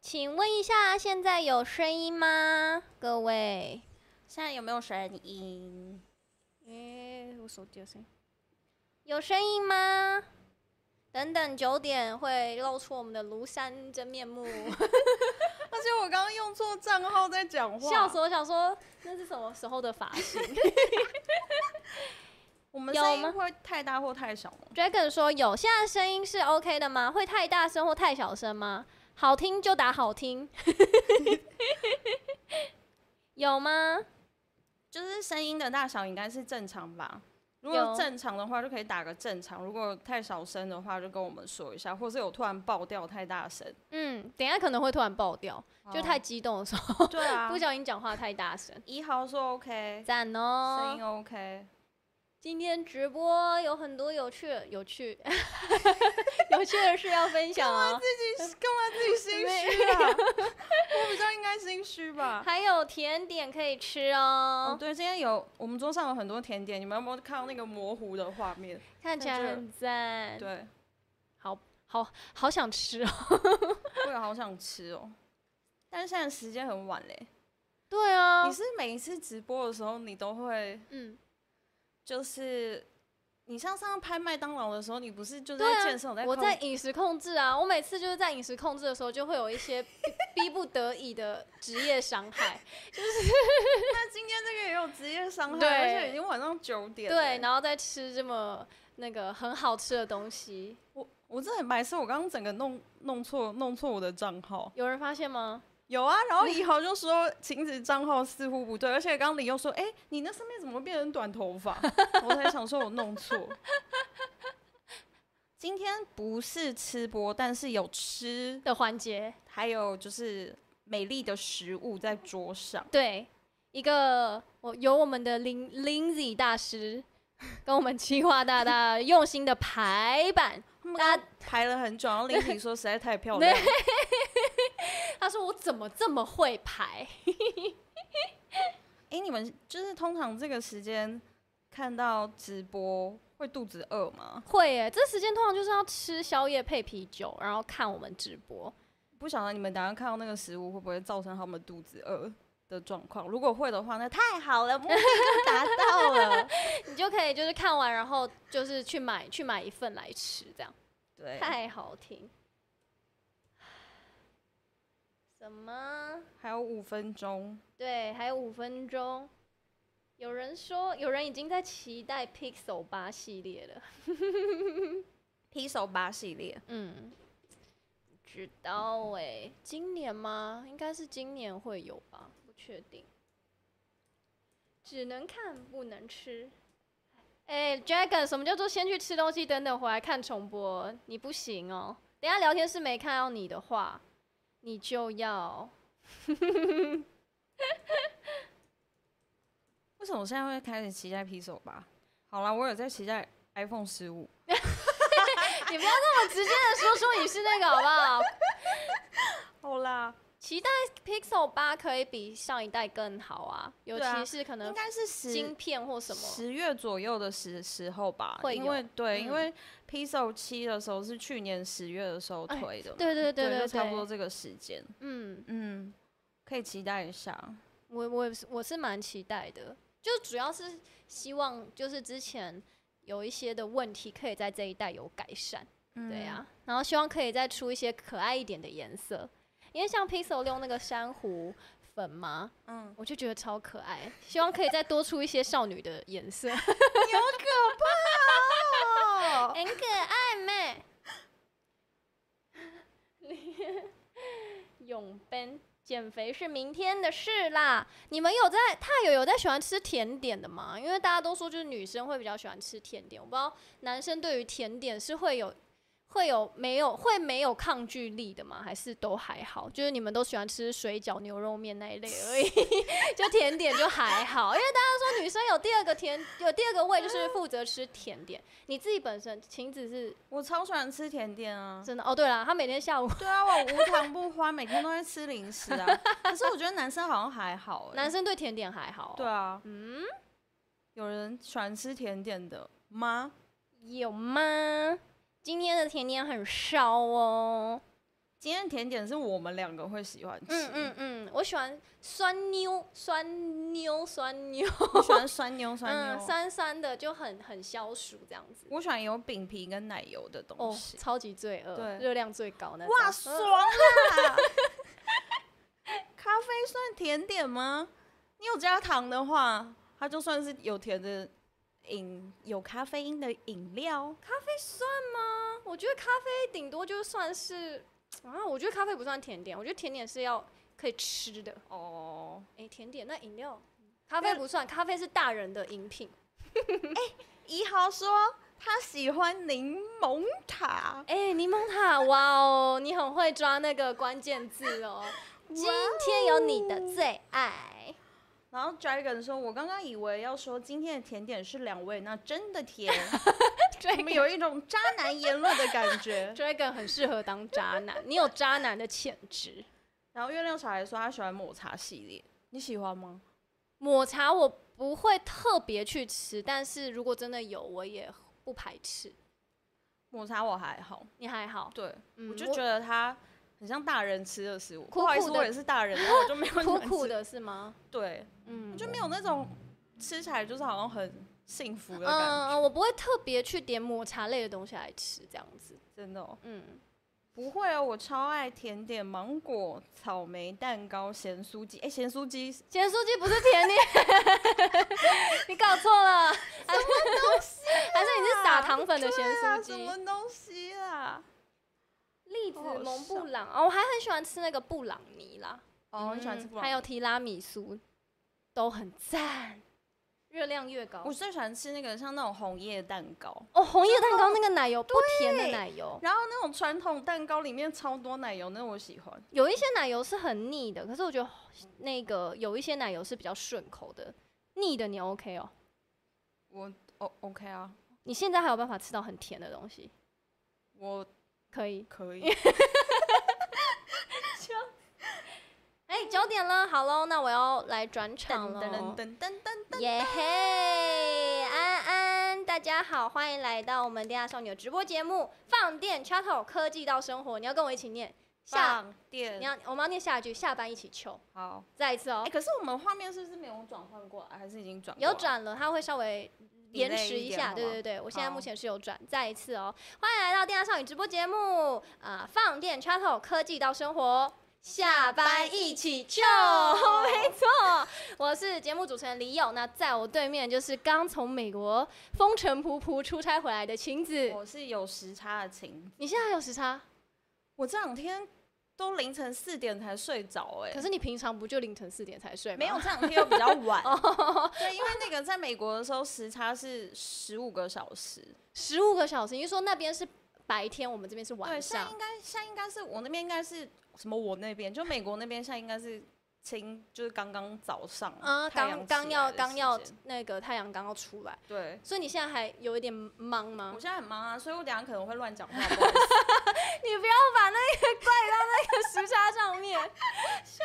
请问一下，现在有声音吗？各位，现在有没有声音？诶、我手机有声音，有声音吗？等等，九点会露出我们的庐山真面 目。而且我刚刚用错账号在讲话，笑死！我，想说那是什么时候的发 型我们有声音吗会太大或太小吗？ ？Dragon 说有，现在声音是 OK 的吗？会太大声或太小声吗？好听就打好听， 有吗？就是声音的大小应该是正常吧。如有果正常的话，就可以打个正常；如果太小声的话，就跟我们说一下，或是有突然爆掉太大声，嗯，等一下可能会突然爆掉，就哦太激动的时候，对啊 不。小心讲话太大声。一豪说 OK，赞哦声！音 OK，今天直播有很多有趣、有趣、 有趣的事要分享哦。自己干嘛自己心虚 啊？我比较应该心虚吧。还有甜点可以吃哦，哦，对，今天有我们桌上有很多甜点，你们有没有看到那个模糊的画面？看起来在这很赞，对，好好好想吃哦。我也好想吃哦。但是现在时间很晚嘞， 对啊你，是每一次直播的时候，你都会嗯，就是，你像上次拍麦当劳的时候，你不是就是对啊在健身，我在我控在饮食控制啊，我每次就是在饮食控制的时候，就会有一些逼逼不得已的职业伤害，那今天这个也有职业伤对害，而且已经晚上九点 了。欸对，然后再吃这么那个很好吃的东西，我我真的很白痴，我刚刚整个弄弄错弄错我的账号。有人发现吗？有啊，然后以豪就说晴子账号似乎不对， 而且刚刚李又说，哎、你那上面怎么变成短头发？ 我才想说我弄错。 今天不是吃播，但是有吃，的环节，还有就是美丽的食物在桌上。对，一个我有我们的林 Lindsay 大师跟我们企划大大用心的排版，他们大大家家排了很久，然后林婷说实在太漂亮了， 他说我怎么这么会排？哎、你们就是通常这个时间看到直播会肚子饿吗？会耶，这时间通常就是要吃宵夜配啤酒，然后看我们直播。不晓得你们等下看到那个食物会不会造成他们肚子饿的状况？如果会的话，那太好了，目的就达到 了。你就可以就是看完，然后就是去买去买一份来吃，这样对，太哎好听。什么？还有五分钟，对，还有五分钟。有人说，有人已经在期待 Pixel 八系列了。披手吧系列，嗯，不知道哎、今年吗？应该是今年会有吧，不确定。只能看不能吃。哎、j a g o n 什么叫做先去吃东西，等等回来看重播？你不行哦。等一下聊天室没看到你的话，你就要为什么我现在会开始期待披手吧？好啦，我有在期待 iPhone 十五，你不要那 么直接的说出你是那个好不好？好啦，期待 Pixel 八可以比上一代更好啊，尤对啊其是可能应该是十晶片或什么。十月左右的时时候吧，会有因为对，嗯因为 Pixel 七的时候是去年十月的时候哎推的嘛，对对对对就差对不多这个时间，嗯，嗯，可以期待一下。我我也是我是蛮期待的，就主要是希望就是之前有一些的问题可以在这一代有改善，对呀、然后希望可以再出一些可爱一点的颜色，因为像 Pixel 六那个珊瑚粉嘛，嗯，我就觉得超可爱，希望可以再多出一些少女的颜色，很你好可怕哦！可爱妹。 永奔减肥是明天的事啦。你们有在太有有在喜欢吃甜点的吗？因为大家都说就是女生会比较喜欢吃甜点，我不知道男生对于甜点是会有会有没有会没有抗拒力的吗？还是都还好？就是你们都喜欢吃水饺、牛肉面那一类而已， 就甜点就还好。因为大家说女生有第二个甜有第二个胃就是负责吃甜点，你自己本身晴子是我超喜欢吃甜点啊，真的哦。对了，她每天下 午对啊，我无糖不欢，每天都在吃零食啊。可是我觉得男生好像还好、欸，男生对甜点还好、哦对啊，嗯，有人喜欢吃甜点的吗？有吗？今天的甜点很烧哦，今天甜点是我们两个会喜欢吃，嗯嗯嗯，我喜欢酸妞，酸妞，酸妞，我喜欢 酸妞酸嗯，妞，酸酸的就很很消暑这样子。我喜欢有饼皮跟奶油的东哦，西。超级罪恶，对热量最高那种。哇，嗯爽啦！ 咖啡算甜点吗？你有加糖的话，它就算是有甜的饮有咖啡因的饮料。我觉得咖啡顶多就算是啊，我觉得咖啡不算甜点，我觉得甜点是要可以吃的。哦，诶，哎甜点那饮料，咖啡不算，咖啡是大人的饮品。怡豪说他喜欢柠檬塔。诶，哎柠檬塔，哇哦，你很会抓那个关键字 哦。今天有你的最爱，然后 Dragon 说：“我刚刚以为要说今天的甜点是两位，那真的 甜，怎么哦 Dragon？”有一种渣男言论的感觉 Dragon 很适合当渣男，你有渣男的潜质。然后月亮小孩说他喜欢抹茶系列，你喜欢吗？抹茶我不会特别去吃，但是如果真的有，我也不排斥。抹茶我还好，你还好？对，嗯我就 觉得它很像大人吃的食物。苦苦的不好意思，我也是大人，然后我就没有苦 喜欢苦吃，的是吗？对，嗯，就没有那种吃起来就是好像很幸福的感觉，嗯，嗯我不会特别去点抹茶类的东西来吃，这样子。真的、哦、嗯，不会哦。我超爱甜点，芒果、草莓蛋糕、咸酥鸡。哎、咸酥鸡是咸酥鸡不是甜点， 你搞错了。还是还是你是撒糖粉的咸酥啊，鸡什？么东西啊？栗子好好蒙布笑朗哦，我还很喜欢吃那个布朗尼啦。哦，你喜欢吃嗯布朗尼？还有提拉米苏，都很赞，热量越高我。最喜欢吃那个像那种红叶蛋糕，哦，红叶蛋糕那个奶油不甜的奶油，然后那种传统蛋糕里面超多奶油，那我喜欢。有一些奶油是很腻的，可是我觉得那个有一些奶油是比较顺口的，腻的你 OK 哦。我 O OK 啊，你现在还有办法吃到很甜的东西？我可以。可以。哎、九点了，好喽，那我要来转场噔了。噔噔噔噔噔。耶嘿，安安，大家好，欢迎来到我们电下少女的直播节目《放电 c h a t 科技到生活》，你要跟我一起念下，放电你要我们要念下一句，下班一起求，好。再一次哎、哦。可是我们画面是不是没有转换过啊来，还是已经转过来？有转了，它会稍微延哎 Delay 迟一一点下，好对吗哦对对，我现在好目前是有转，再一次哦，欢迎来到电下少女直播节目啊、放电 c h a t 科技到生活，下班一起求，没错，我是节目主持人李友，那在我对面就是刚从美国风尘仆仆出差回来的晴子， 我是有时差的情，你现在还有时差，我这两天都凌晨四点才睡着、可哎。是你平常不就凌晨四点才睡吗？哦没有，这两天又比较晚，对，因为那个在美国的时候时差是十五个小时，十五个小时，你是说那边是白天，我们这边是晚对，现在上应，该现在应该是我那边应该是什么？我那边就美国那边现在应该是清，就是刚刚早上，啊，太阳刚刚起要来的刚时要间那个太阳刚要出来。对。所以你现在还有一点忙吗我？现在很忙啊，所以我等一下可能会乱讲话，不好意思你不要把那个怪到那个时差上面， 笑死！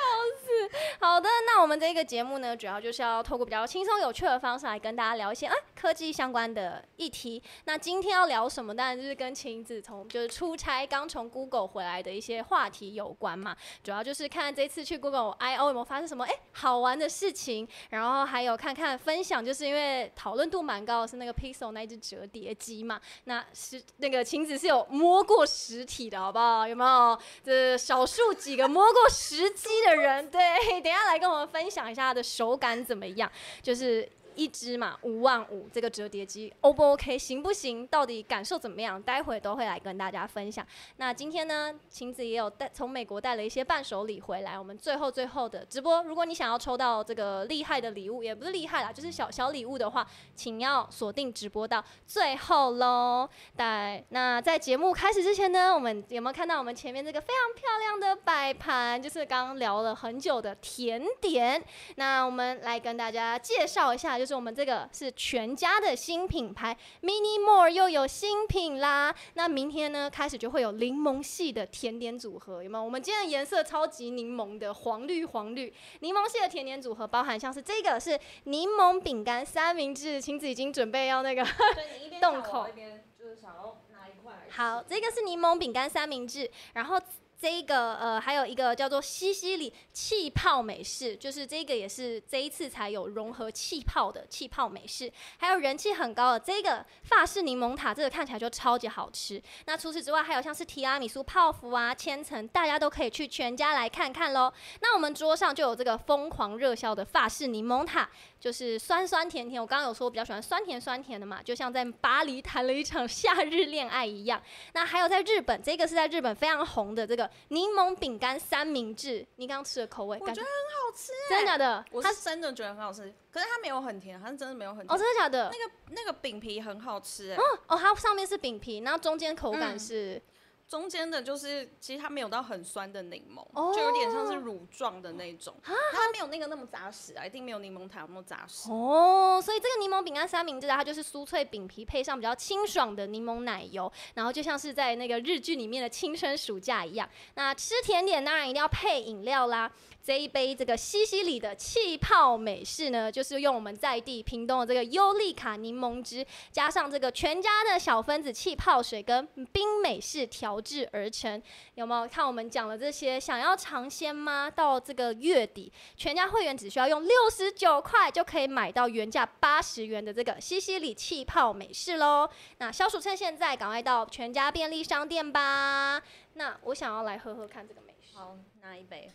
好的，那我们这个节目呢，主要就是要透过比较轻松有趣的方式来跟大家聊一些啊科技相关的议题。那今天要聊什么？当然就是跟晴子从就是出差刚从 Google 回来的一些话题有关嘛。主要就是看这次去 Google I O 有没有发生什么哎、好玩的事情，然后还有看看分享，就是因为讨论度蛮高的是那个 Pixel 那一只折叠机嘛，那是那个晴子是有摸过实体的，好不好？有没有？这少数几个摸过实机的人，对，等一下来跟我们分享一下它的手感怎么样，就是。一只嘛，五万五这个折叠机 O 不 OK，行不行？到底感受怎么样？待会都会来跟大家分享。那今天呢，晴子也有带从美国带了一些伴手礼回来。我们最后最后的直播，如果你想要抽到这个厉害的礼物，也不是厉害啦，就是小小礼物的话，请要锁定直播到最后喽。对，那在节目开始之前呢，我们有没有看到我们前面这个非常漂亮的摆盘？就是刚刚聊了很久的甜点。那我们来跟大家介绍一下，就是我们这个是全家的新品牌 Mini More 又有新品啦。那明天呢，开始就会有柠檬系的甜点组合，有没有？我们今天的颜色超级柠檬的，黄绿黄绿。柠檬系的甜点组合包含像是这个是柠檬饼干三明治，晴子已经准备要那个。 所以你一边洞讲我口一边就是想要拿一块来吃。好，这个是柠檬饼干三明治，然后这一个呃，还有一个叫做西西里气泡美式，就是这个也是这一次才有融合气泡的气泡美式，还有人气很高的这个法式柠檬塔，这个看起来就超级好吃。那除此之外，还有像是提拉米苏泡芙啊、千层，大家都可以去全家来看看喽。那我们桌上就有这个疯狂热销的法式柠檬塔，就是酸酸甜甜。我刚刚有说我比较喜欢酸甜酸甜的嘛，就像在巴黎谈了一场夏日恋爱一样。那还有在日本，这个是在日本非常红的这个柠檬饼干三明治，你刚刚吃的口味，我感觉得好吃，欸真的假的？我它是真的觉得很好吃，可是它没有很甜，它是真的没有很哦，甜。真的假的？那个那个饼皮很好吃、哎哦，它上面是饼皮，然后中间口感嗯是、中间的就是其实它没有到很酸的柠檬，哦就有点像是乳状的那种，它没有那个那么扎实啊，一定没有柠檬塔那么扎实。哦，所以这个柠檬饼干三明治啊，它就是酥脆饼皮配上比较清爽的柠檬奶油，然后就像是在那个日剧里面的青春暑假一样。那吃甜点当然一定要配饮料啦。这一杯这个西西里的气泡美式呢，就是用我们在地屏东的这个优利卡柠檬汁，加上这个全家的小分子气泡水跟冰美式调制而成。有没有看我们讲了这些？想要尝鲜吗？到这个月底，全家会员只需要用六十九块就可以买到原价八十元的这个西西里气泡美式喽。那消暑趁现在，赶快到全家便利商店吧。那我想要来喝喝看这个美式，好，拿一杯，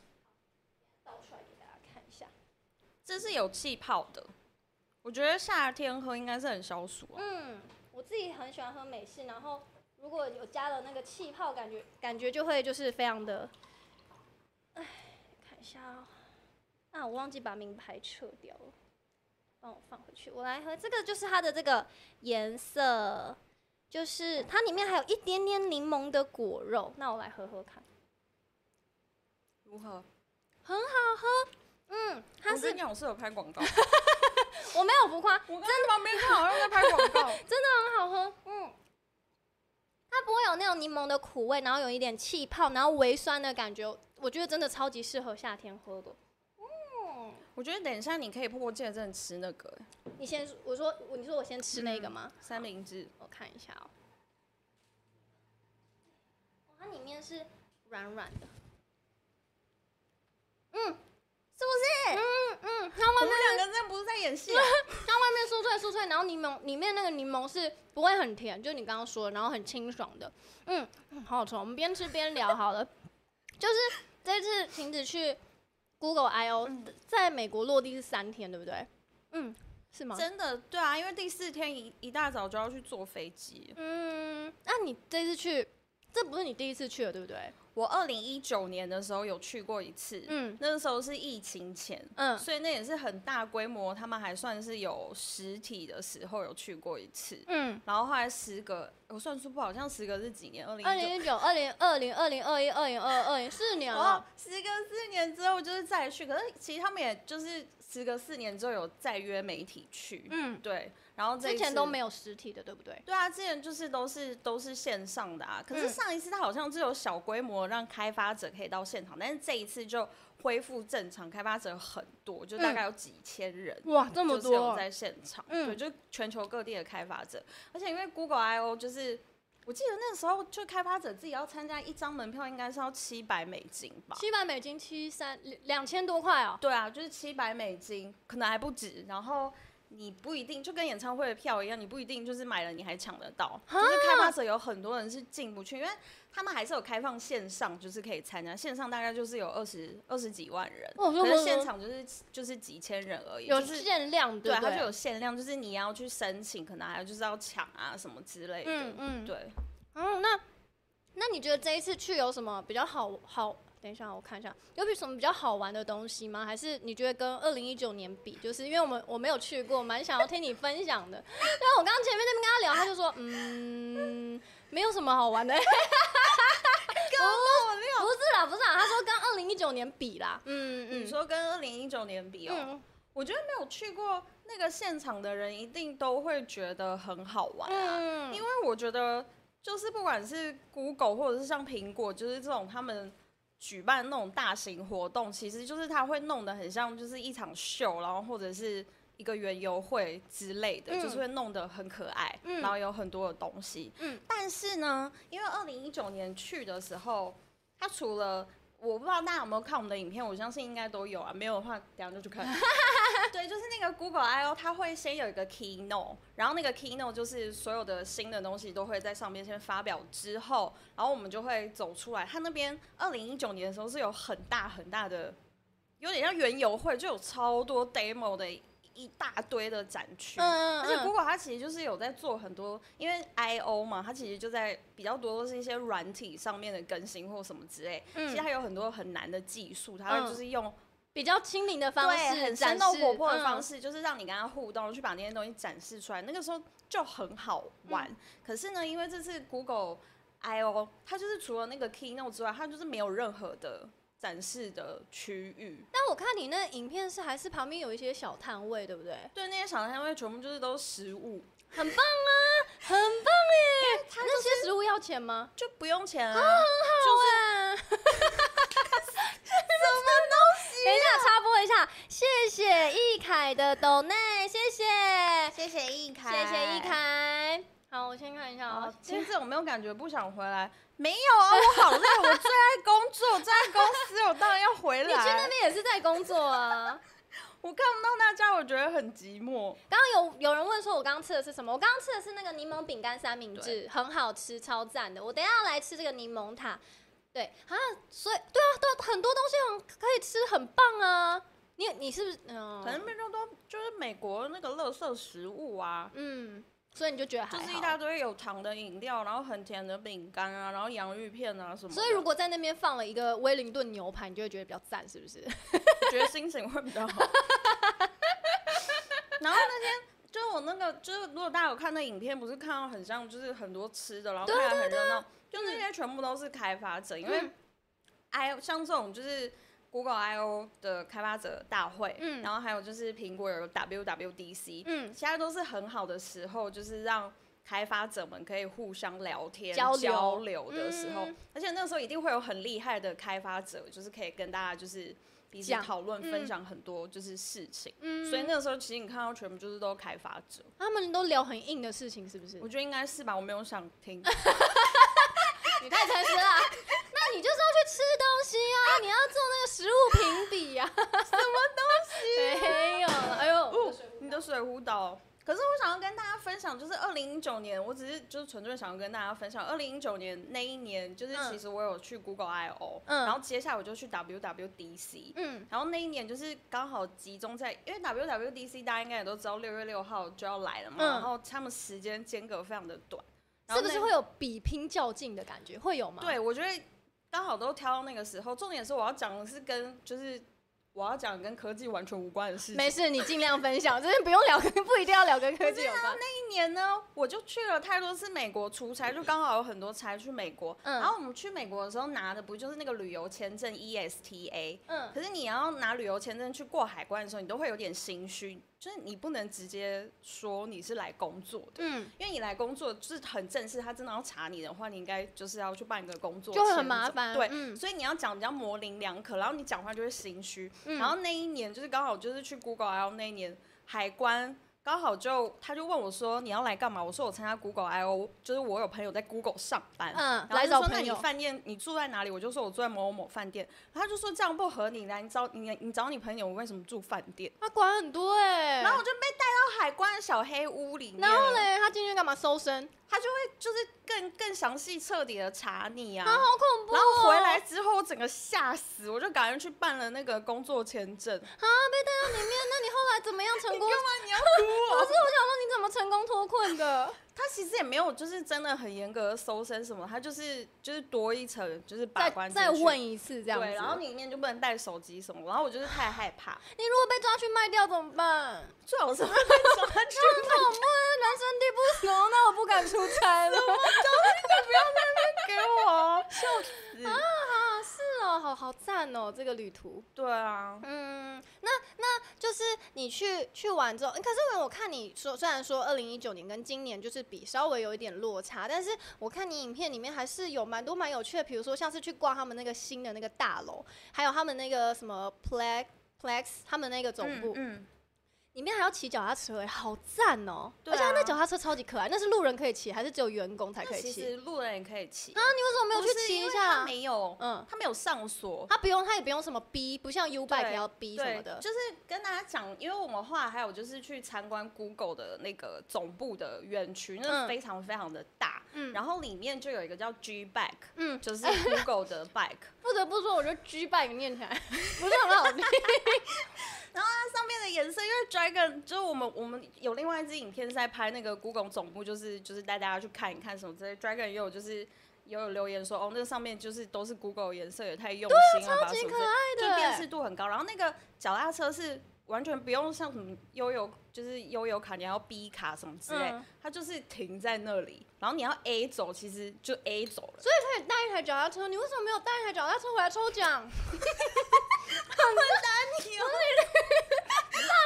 倒出来给大家看一下。这是有气泡的，我觉得夏天喝应该是很消暑啊。嗯，我自己很喜欢喝美式，然后如果有加了那个气泡，感觉感觉就会就是非常的，哎，看一下哦、啊，我忘记把名牌撤掉了，帮我放回去。我来喝这个，就是它的这个颜色，就是它里面还有一点点柠檬的果肉。那我来喝喝看，如何？嗯，它他是是你好适合拍广告，我没有浮夸，我跟旁边看好像在拍广告。很好喝，嗯，它不会有那种柠檬的苦味，然后有一点气泡，然后微酸的感觉，我觉得真的超级适合夏天喝的。嗯， 我觉得等一下你可以破戒真的吃那个、嗯你先说，我说我你说我先吃那个吗？三明治，我看一下哦、哇它里面是软软的，嗯，是不是？嗯嗯，它我外们面两个真的不是在演戏啊、它外面酥脆酥脆，然后柠檬里面那个柠檬是不会很甜，就你刚刚说的，然后很清爽的，嗯，嗯好好吃哦。我们边吃边聊好了。 就是这次停止去 Google I O，、嗯在美国落地是三天，对不对？嗯，是吗？真的对啊，因为第四天一一大早就要去坐飞机。嗯，那你这次去，这不是你第一次去了，对不对？我二零一九年的时候有去过一次，嗯那个时候是疫情前，嗯，所以那也是很大规模，他们还算是有实体的时候有去过一次。嗯。然后后来时隔，我算数不好，像时隔是几年？二零二一九。零一九、二零二零、二零二一、二零二二、零四年哇了。，时隔四年之后就是再去，可是其实他们也就是时隔四年之后有再约媒体去，嗯，对，然后这一之前次都没有实体的，对不对？对啊，之前就是都是都是线上的啊，可是嗯上一次它好像只有小规模让开发者可以到现场，但是这一次就恢复正常，开发者很多，就大概有几千人。哇，嗯这么就是有多！在现场，嗯对，就全球各地的开发者，而且因为 Google I O 就是，我记得那时候就开发者自己要参加一张门票，应该是要七百美金吧？七百美金，七三两千多块哦。对啊，就是七百美金，可能还不止。然后你不一定就跟演唱会的票一样，你不一定就是买了你还抢得到。就是开啊发者有很多人是进不去，因为他们还是有开放线上，就是可以参加。线上大概就是有二十二十几万人，哦，就可是现场就是就是几千人而已。有就是限量，对，啊不它对？就有限量，就是你要去申请，可能还有就是要抢啊什么之类的。嗯嗯，对，嗯，那那你觉得这一次去有什么比较好好？等一下，我看一下，有比什么比较好玩的东西吗？还是你觉得跟二零一九年比，就是因为我们我没有去过，蛮想要听你分享的。 因为我刚刚前面那边跟他聊，他就 说，嗯，没有什么好玩的。 我料。不是啦，不是啊啦，他说跟二零一九年比啦。嗯你嗯说跟二零一九年比哦、嗯我觉得没有去过那个现场的人，一定都会觉得很好玩啊，嗯，因为我觉得就是不管是 Google 或者是像苹果，就是这种他们举办那种大型活动，其实就是他会弄得很像就是一场秀，然后或者是。一个园游会之类的，嗯就是会弄得很可爱，嗯然后有很多的东西。嗯但是呢，因为二零一九年去的时候，它除了我不知道大家有没有看我们的影片，我相信应该都有啊，没有的话等一下就去看。对，就是那个 Google I/O，它会先有一个 Keynote，然后那个 Keynote 就是所有的新的东西都会在上面先发表之后，然后我们就会走出来。它那边二零一九年的时候是有很大很大的，有点像园游会，就有超多 demo 的一大堆的展区。嗯而且 Google 它其实就是有在做很多，因为 I O 嘛，它其实就在比较多都是一些软体上面的更新或什么之类。其实嗯，它有很多很难的技术，它会就是用比较亲民的方对式，很展生动示活泼的嗯方式，就是让你跟它互动，去把那些东西展示出来。那个时候就很好嗯玩。可是呢，因为这次 Google I O，它就是除了那个 Keynote 之外，它就是没有任何的展示的区域。但我看你那影片是还是旁边有一些小摊位，对不对？对，那些小摊位全部就是都是食物，很棒啊，很棒耶！那些食物要钱吗？就不用钱啊，就是哇，什么啊 东西？等一下，插播一下，谢谢易凯的抖内，谢啊谢，谢谢易凯谢谢易。凯。好，我先看一下哦啊，，其实我没有感觉不想回来，没有啊，我好累，我最爱工作，我最爱公司，我当然要回 你去那来。边也是在工作啊？我看不到大家，我觉得很寂寞。刚刚有有人问说，我刚刚吃的是什么？我刚刚吃的是那个柠檬饼干三明治，很好吃，超赞的。我等一下要来吃这个柠檬塔。对啊，所以对啊，都很多东西很可以吃，很棒啊。你你是不是嗯？可能变众多就是美国那个垃圾食物啊，嗯，所以你就觉得还就好。是一大堆有糖的饮料，然后很甜的饼干啊，然后洋芋片啊什么的。所以如果在那边放了一个威灵顿牛排，你就会觉得比较赞，是不是？我觉得心情会比 较好。然后那天就是我那个，就是如果大家有看那影片，不是看到很像就是很多吃的，然后看对嗯起来很热闹，就那些全部都是开发者，因为 I O 像这种就是 Google I O 的开发者大会，嗯然后还有就是苹果有 WWDC，嗯，现在都是很好的时候，就是让开发者们可以互相聊天、交流流的时候，嗯而且那时候一定会有很厉害的开发者，就是可以跟大家就是彼此讲讨论、嗯分享很多就是事情。嗯所以那时候其实你看到全部就是都开发者，他们都聊很硬的事情，是不是我？觉得应该是吧，我没有想 听。你太诚实 了啊。那你就是要去吃东西 啊，你要做那个食物评比啊。 什么东西、 没有了，哎呦，我的水壶你的水壶岛。可是我想要跟大家分享，就是二零一九年，我只是就是纯粹想要跟大家分享，二零一九年那一年，就是嗯其实我有去 Google I O，、嗯然后接下来我就去 WWDC，、嗯，然后那一年就是刚好集中在，因为 WWDC 大家应该也都知道，六月六号就要来了嘛，嗯然后他们时间间隔非常的短，然是不后那是会有比拼较劲的感觉？会有吗？，对，我觉得刚好都挑到那个时候。重点是我要讲的是跟就是我要讲跟科技完全无关的事情。没事，你尽量分享，真的不用聊跟不一定要聊跟科技有关。那一年呢，我就去了泰多斯美国出差，就刚好有很多差去美国，嗯然后我们去美国的时候拿的不就是那个旅游签证 E ESTA，嗯，可是你要拿旅游签证去过海关的时候，你都会有点心虚，就是你不能直接说你是来工作的，嗯，因为你来工作就是很正式，他真的要查你的话，你应该就是要去办一个工作，就会很麻烦。对。嗯所以你要讲比较模棱两可，然后你讲话就会心虚。嗯然后那一年就是刚好就是去 Google I O 那一年，海关刚好就他就问我说你要来干嘛？我说我参加 Google I O，就是我有朋友在 Google 上班，嗯，然后来就找说：“那朋你友。饭店你住在哪里？”我就说：“我住在某某某饭店。”然后他就说：“这样不合理啦，你找你你找你朋友，我为什么住饭店他管很多？”哎、然后我就被带到海关的小黑屋里面，然后嘞，他进去干嘛？搜身，他就会就是更更详细彻底的查你啊。啊，好恐怖、哦！然后回来之后，我整个吓死，我就赶快去办了那个工作签证。啊，被带到里面，那你后来怎么样成功？妈， 你要哭哦不是，我想说你怎么成功脱困的？他其实也没有，就是真的很严格的搜身什么，他就是就是多一层，就是把再关再进去问一次这样子。对，然后里面就不能带手机什么，然后我就是太害怕，你如果被抓去卖掉怎么办？最好是会被抓去很恐怖，人生地不熟，那我不敢出差了。给我，笑死！ 啊，是哦，好好赞哦，这个旅途。对啊，嗯，那那就是你去去完之后，可是我看你说，虽然说二零一九年跟今年就是比稍微有一点落差，但是我看你影片里面还是有蛮多蛮有趣的，比如说像是去逛他们那个新的那个大楼，还有他们那个什么 Plex Plex 他们那个总部，嗯，里面还要骑脚踏车、欸，好赞哦、对而且它那啊脚踏车超级可爱，那是路人可以骑，还是只有员工才那可以其骑？为实路人也可以骑，什么啊没有不去是骑因一为它下？没有，嗯，他没有上锁。它不用，它也不用什么逼，不像 U bike 对要逼什么对，的。就是跟大家讲，因为我们后来还有就是去参观 Google 的那个总部的园区，那嗯非常非常的大，嗯然后里面就有一个叫 G Bike，嗯， 就是 Google 的 Bike，不得不说，我觉得 G bike 念起来不是很好 听。上面的颜色，因为 Dragon 就是我们我们有另外一支影片是在拍那个 Google 总部，就是就是带大家去看一看什么之类。Dragon 也有就是也有留言说，哦，那上面就是都是 Google 的颜色，也太用心了吧，啊超级什么之可类爱的就辨识度很高。然后那个脚踏车是完全不用像什么悠游，就是悠游卡你还要 B 卡什么之类，嗯它就是停在那里，然后你要 A 走，其实就 A 走了。所以可以带一台脚踏车，你为什么没有带一台脚踏车回来抽 奖？很难 你哦，带回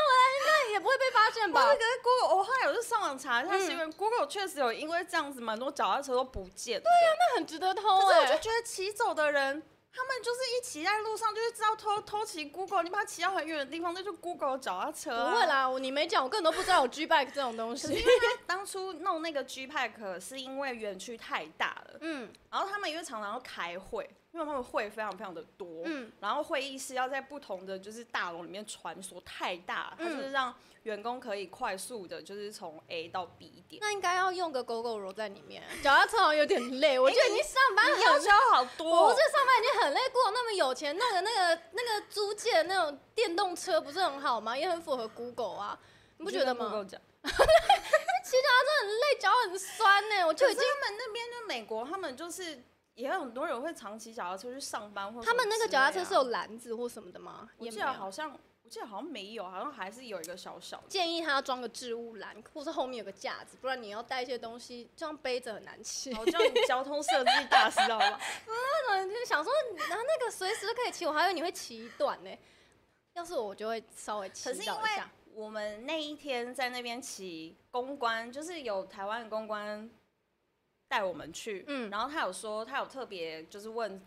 来应该也不会被发现不是，吧可？是 Google，我后来我就上网查一下啊嗯新闻、g o o g l e 确实有因为这样子，蛮多脚踏车都不见了。那很值得偷可是我就哎。觉得欸骑走的人，他们就是一骑在路上，就是知道偷偷骑 Google，你把它骑到很远的地方，那就 Google 脚踏车、不啊。会。啦，我你没讲，我根本都不知道有 G bike 这种东西。 当初弄那个 G Pack 是因为园区太大了，嗯然后他们因为常常要开会，因为他们会非常非常的多，嗯，然后会议室要在不同的就是大楼里面穿梭，太大了，它就是嗯让员工可以快速的，就是从 A 到 B 点。那应该要用个狗狗揉在里面。脚踏车好像有点 累，我觉得已哎经上班你要很求好多、我哦不是，上班已经很累，过那么有钱，弄个那个那个租借的那种电动车不是很好吗？也很符合 Google 啊，你不觉得吗？哎？Google 讲。累，脚很酸呢、我就就已已经经他们那边就美国，他们就是也有很多人会长期脚踏车去上班或什么他们那个之脚踏类车啊是有篮子或什么的吗？我也记没得有。好像我记得好像没有，好像还是有一个小小的。建议他装个置物篮，或是后面有个架子，不然你要带一些东西，这样背着很难骑。好像交通设计大师，好吧？那种就是想说，然后那个随时都可以骑，我还以为你会骑一段呢、要是我，我就会稍微骑可是因到一为下。啊我们那一天在那边骑公关，就是有台湾的公关带我们去，嗯然后他有说他有特别就是问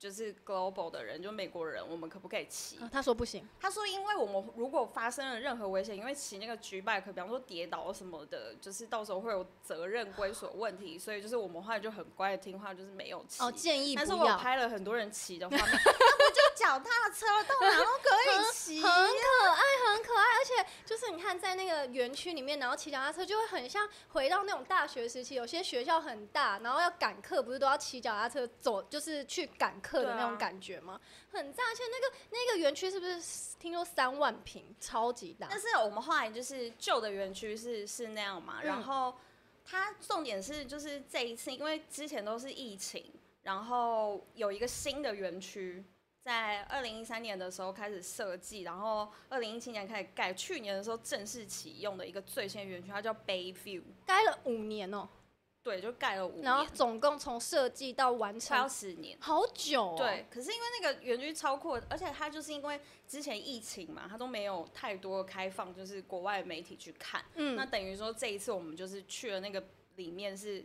就是 global 的人，就美国人，我们可不可以骑？啊他说不行，他说，因为我们如果发生了任何危险，因为骑那个 G bike，比方说跌倒什么的，就是到时候会有责任归属问题，所以就是我们后来就很乖的听话，就是没有骑。哦，建议但不是我有要。拍了很多人骑的画 面，那不就脚踏车到哪都可 以骑很可爱，很可爱，而且就是你看，在那个园区里面，然后骑脚踏车就会很像回到那种大学时期，有些学校很大，然后要赶课，不是都要骑脚踏车走，就是去赶课的那对种啊感觉吗？很赞，而且那个那个园区是不是听说三万平，超级大？但是我们后来就是旧的园区是是那样嘛，嗯然后它重点是就是这一次，因为之前都是疫情，然后有一个新的园区。在二零一三年的时候开始设计，然后二零一七年开始盖，去年的时候正式启用的一个最新的园区，它叫 Bayview，待了五年哦、对，就盖了五然后年，总共从设计到完快要成，十年。好久哦、对，可是因为那个园区超酷，而且它就是因为之前疫情嘛，它都没有太多开放，就是国外媒体去看。那嗯，等于说这一次我们就是去了那个里面是，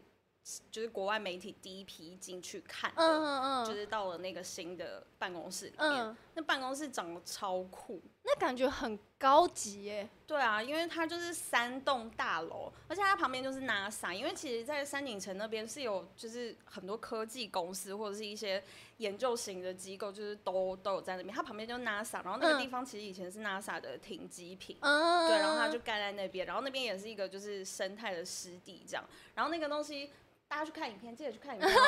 就是国外媒体第一批进去看的，嗯就嗯是到了那个新的办公室里面，嗯，那办公室长得超酷。那感觉很高级耶、对啊，因为它就是三栋大楼，而且它旁边就是 NASA，因为其实，在山景城那边是有就是很多科技公司或者是一些研究型的机构，就是都都有在那边。它旁边就是 NASA，然后那嗯个地方其实以前是 NASA 的停机坪。嗯，对，然后它就盖在那边，然后那边也是一个就是生态的湿地这样，然后那个东西大家去看影片，记得去看影片哦，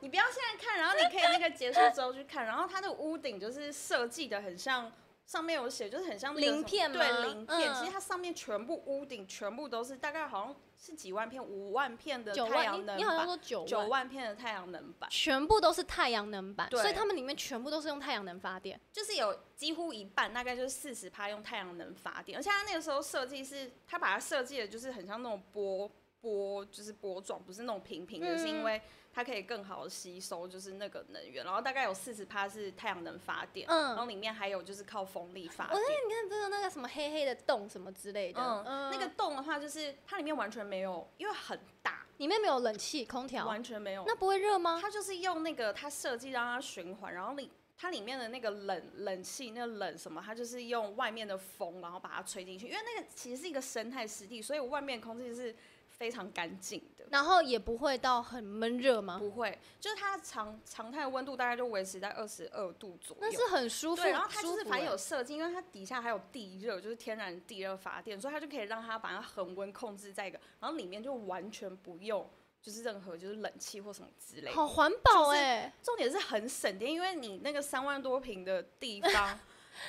你不要现在看，然后你可以那个结束之后去看，然后它的屋顶就是设计的很像。上面有写，就是很像那个鳞什么片吗对鳞片。嗯其实它上面全部屋顶全部都是大概好像是几万片，五万片的九太万，阳你能你好像板，说九九万。万片的太阳能板，全部都是太阳能板，对所以他们里面全部都是用太阳能发电。就是有几乎一半，大概就是四十趴用太阳能发电，而且它那个时候设计是，它把它设计的就是很像那种波波，就是波状，不是那种平平的，嗯是因为它可以更好的吸收就是那个能源，然后大概有四十趴是太阳能发电，然嗯，后里面还有就是靠风力发我电那。你看不是有那个什么黑黑的洞什么之类的，嗯，嗯，那个洞的话，就是它里面完全没有，因为很大，里面没有冷气、空调，完全没有。那不会热吗？它就是用那个它设计让它循环，然后你它里面的那个冷冷气，那个冷什么，它就是用外面的风，然后把它吹进去。因为那个其实是一个生态湿地，所以外面空气是非常干净的，然后也不会到很闷热吗？不会，就是它常常态温度大概就维持在二十二度左右。那是很舒服，对，然后它就舒是服反正欸有设计，因为它底下还有地热，就是天然地热发电，所以它就可以让它把它恒温控制在一个，然后里面就完全不用就是任何就是冷气或什么之类的。好环保就是哎、重点是很省电，因为你那个三万多平的 地方，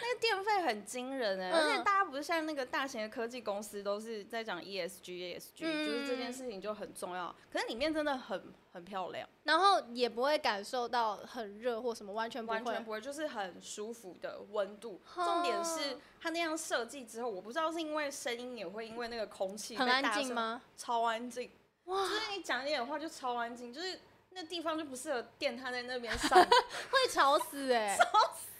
那个电费很惊人哎、嗯而且大家不是现在那个大型的科技公司都是在讲 E ESG ESG，、就是嗯这件事情就很重要。可是里面真的很很漂亮，然后也不会感受到很热或什么，完全不完会全。不会，就是很舒服的温度。哈重点是它那样设计之后，我不知道是因为声音也会因为那个空气很被安大静声？吗？超安静，就是你讲一点话就超安静，就是那地方就不适合电它在那边上会吵死 哎、吵死！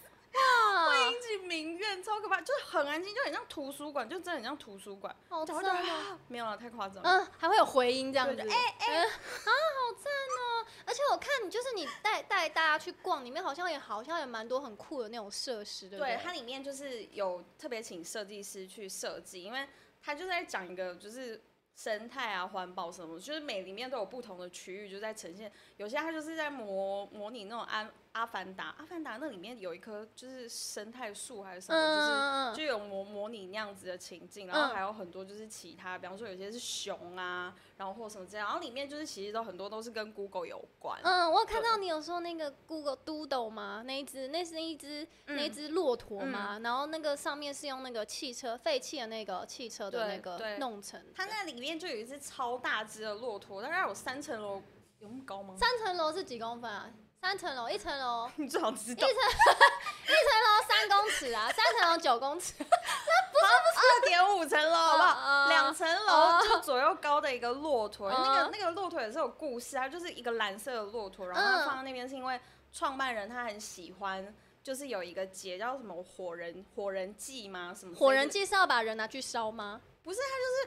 引起民怨，超可怕，就是很安静，就很像图书馆，就真的很像图书馆。哇，好然后赞就哦、啊没有了，太夸张 了。嗯，还会有回音这样子。对哎对哎、啊，好赞哦、而且我看你就是你带带大家去逛，里面好像也好像也蛮多很酷的那种设施，对不对，它里面就是有特别请设计师去设计，因为它就在讲一个就是生态啊、环保什么，就是每里面都有不同的区域，就在呈现。有些它就是在模模拟那种安阿凡达，阿凡达那里面有一棵就是生态树还是什么，就是嗯，就有模模拟那样子的情境，然后还有很多就是其他，比方说有些是熊啊，然后或什么这样，然后里面就是其实都很多都是跟 Google 有关，嗯，我有看到你有说那个 Google Doodle 吗？那一只，那是一只、嗯那一只骆驼吗？然后那个上面是用那个汽车废弃的那个汽车的对那个对弄成的。它那里面就有一只超大只的骆驼，大概有三层楼，有那么高吗？ 三层楼是几公分啊？三层楼，一层楼，你最好知道，一层楼三公尺啊，三层楼九公尺。二点五层楼 好不哦哦好？两层楼就左右高的一个骆驼，哦那个那个骆驼也是有故事，它就是一个蓝色的骆驼，然后它嗯放在那边是因为创办人他很喜欢。就是有一个节叫什么火人火人祭吗？什么之类的火人祭是要把人拿去烧吗？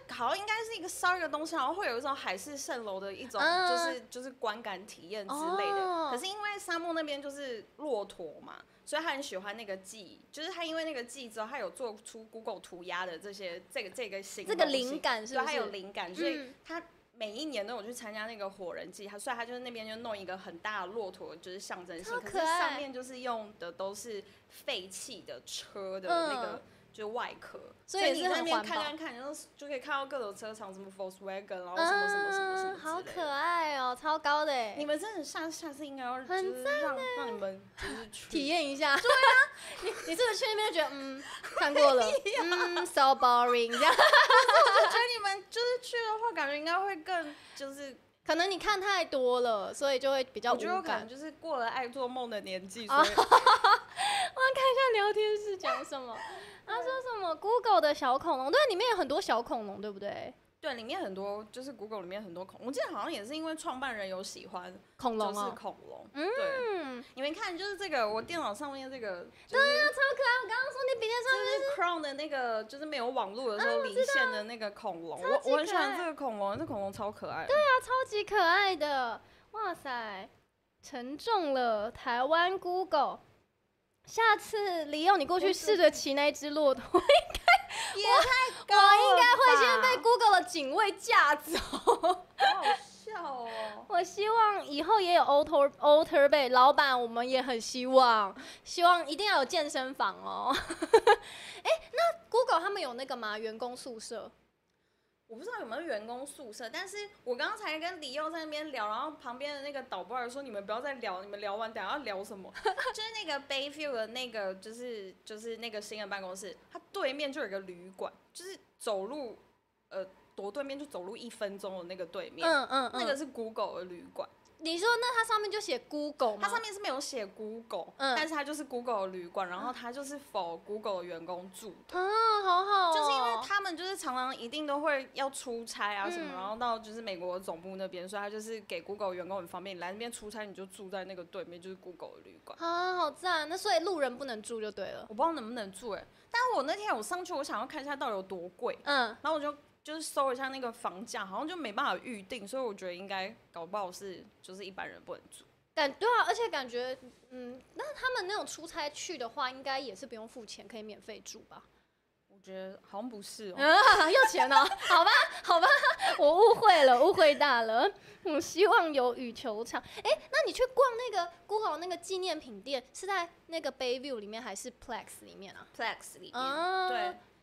好像应该是一个烧一个东西，然后会有一种海市蜃楼的一种，嗯就是就是观感体验之类的。哦可是因为沙漠那边就是骆驼嘛，所以他很喜欢那个记，就是他因为那个记之后，他有做出 Google 涂鸦的这些这个这个形这容个形灵感是对，不他有是？灵感，所以嗯他每一年都有去参加那个火人祭，他所以他就是那边就弄一个很大的骆驼，就是象征性超，可是可爱上面就是用的都是废弃的车的那个。嗯就是外壳，所以以是你在那很边环看保看看，然后就可以看到各种车厂，什么 Volkswagen，然后嗯，哦什么什么什么什么之好类可的。爱哦、超高的哎、你们真的下下次应该要就很啊是让让你们就是去体验一下。对啊，你你是不是去那边就觉得嗯看过 了，嗯 so boring 这样？我觉得你们就是去的话，感觉应该会更就是，可能你看太多了，所以就会比较我无觉得我可能感。就是过了爱做梦的年纪，啊所以那聊天是讲什么？他说什么 Google 的小恐龙？对，啊里面有很多小恐龙，对不对？对，里面很多就是 Google 里面很多恐，我记得好像也是因为创办人有喜欢，恐就龙是哦，恐龙。对，嗯，你们看，就是这个我电脑上面这个，就是超可爱。我刚刚说你笔电上就是 Crown 的那个，就是没有网络啊的时候离线的那个恐龙，超我级我很喜可爱欢这个恐龙，这恐龙超可爱。对啊，它超级可爱的，哇塞，沉重了台湾 Google。下次李勇，你过去我知试着骑那一只骆驼，也太高我应该会先了吧被 Google 的警卫架走。好好笑哦。我希望以后也有 Otter Otter Bay 老板，我们也很希望，希望一定要有健身房 哦。哎、那 Google 他们有那个吗？员工宿舍？我不知道有没有员工宿舍，但是我刚才跟李佑在那边聊，然后旁边的那个导播儿说：“你们不要再聊，你们聊完等下要聊什么？” 就是那个 Bayview 的那个，就是就是那个新的办公室，它对面就有一个旅馆，就是走路，呃，多对面就走路一分钟的那个对面，嗯嗯嗯，那个是 Google 的旅馆，你说那它上面就写 Google 吗？它上面是没有写 Google，、嗯但是它就是 Google 的旅馆，然后它就是否 Google 的员工住啊，好好、哦，就是因为他们就是常常一定都会要出差啊什么，嗯然后到就是美国总部那边，所以他就是给 Google 员工很方便，你来那边出差你就住在那个对面就是 Google 的旅馆。啊，好赞！那所以路人不能住就对了。我不知道能不能住哎、但我那天我上去，我想要看一下到底有多贵，嗯，然后我就就是搜一下那个房价，好像就没办法预定，所以我觉得应该搞不好是就是一般人不能住。感对啊，而且感觉，嗯，那他们那种出差去的话，应该也是不用付钱，可以免费住吧？我觉得好像不是哦、啊， 要钱哦，好吧，好吧，我误会了，误会大 了。嗯，希望有羽球场。哎、那你去逛那个 Google 那个纪念品店，是在那个 Bayview 里面还是 Plex 里面啊？ Plex 里面，啊，对，，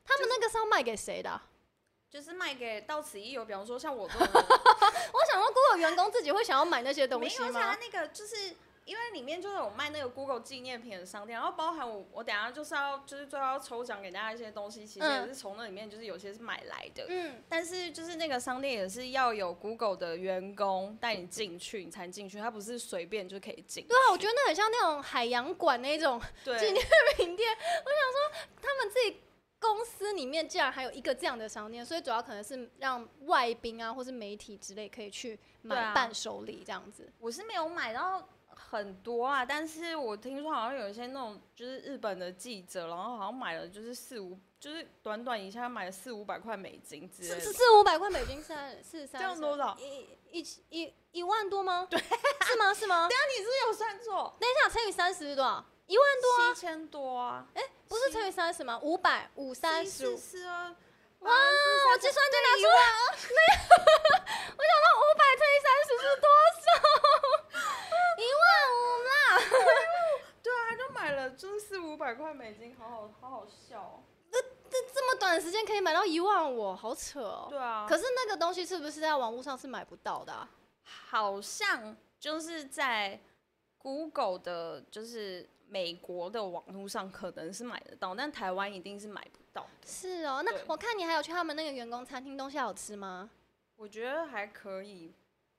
他们那个是要卖给谁的啊、就是卖给到此一游，比方说像我这 种人我想问 Google 员工自己会想要买那些东没西有，而且啊吗它？那个就是因为里面就是有卖那个 Google 纪念品的商店，然后包含我，我等一下就是要就是最后要抽奖给大家一些东西，其实嗯也是从那里面就是有些是买来的，嗯，但是就是那个商店也是要有 Google 的员工带你进去，你才进去，它不是随便就可以进。对啊，我觉得那很像那种海洋馆那种对纪念品店。我想说，他们自己公司里面竟然还有一个这样的商店，所以主要可能是让外宾啊，或是媒体之类可以去对买啊伴手礼这样子。我是没有买到很多啊，但是我听说好像有一些那种就是日本的记者，然后好像买了就是四五，就是短短一下买了四五百块美金之类是的，是四五百块美金，三四三这样多少？一一一一万多吗？对， 是吗？是吗？那你是不是有算错？等一下，乘以三十是多少？一万多啊，七千多啊，不是乘以三十吗？五百五三十五四。四二，哇，我计算机拿出来了， 没有，我想到五百乘以三十是多少？ 一万五啦！对啊，就买了就是四五百块美金，好好好好笑、哦。这这么短的时间可以买到一万五，好扯哦。对啊，可是那个东西是不是在网络上是买不到的啊、好像就是在 Google 的，就是美国的网络上可能是买得到，但台湾一定是买不到。是哦，那对我看你还有去他们那个员工餐厅，东西好吃吗？我觉得还可以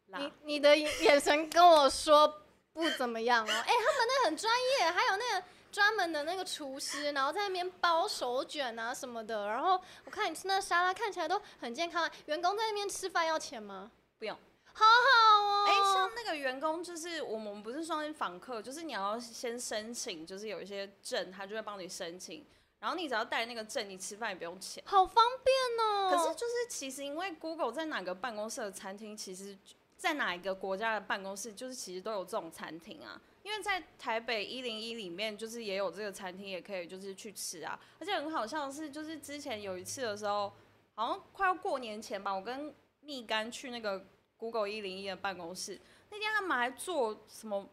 啦哎你。你的眼神跟我说不怎么样哦。 哎、他们那很专业，还有那个专门的那个厨师，然后在那边包手卷啊什么的。然后我看你吃那沙拉看起来都很健康啊，员工在那边吃饭要钱吗？不用。好好哦。哎、像那个员工，就是我们不是双人访客，就是你要先申请，就是有一些证，他就会帮你申请。然后你只要带那个证，你吃饭也不用钱。好方便哦。可是就是其实因为 Google 在哪个办公室的餐厅，其实在哪一个国家的办公室，就是其实都有这种餐厅啊。因为在台北一零一里面，就是也有这个餐厅，也可以就是去吃啊。而且很好像是就是之前有一次的时候，好像快要过年前吧，我跟蜜柑去那个 Google 一零一的办公室，那天他们还做什么？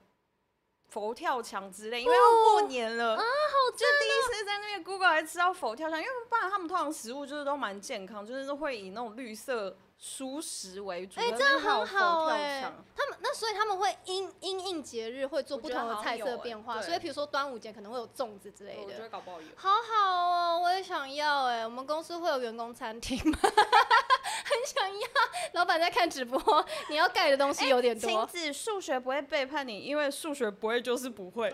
佛跳墙之类，因哦为要过年啊了，就第一次在那个 Google 还吃到佛跳墙，因为不然他们通常食物就是都蛮健康，就是都会以那种绿色蔬食为主。哎、可这样是那边很好还有哎、佛跳墙他们那所以他们会因因应节日会做我不觉得同的好像菜有色哎变化，对所以比如说端午节可能会有粽子之类我的觉。得搞不好有。好好哦，我也想要哎、我们公司会有员工餐厅吗？ 很想要。老板在看直播，你要盖的东西有点多。晴子，数学不会背叛你，因为数学不会就是 不会。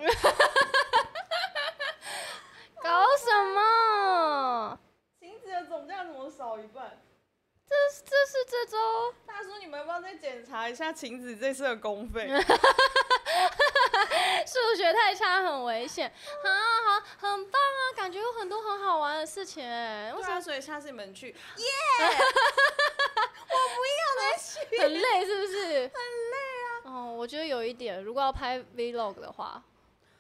搞什么？晴子的总价怎么少一半？这是这周大叔，你们要不要再检查一下晴子这次的 公费？数学太差，很危险啊！好，很棒啊，感觉有很多很好玩的事情哎、为对什么啊，所以下次你们去，很累？是不是？很累啊。哦，我觉得有一点，如果要拍 vlog 的话，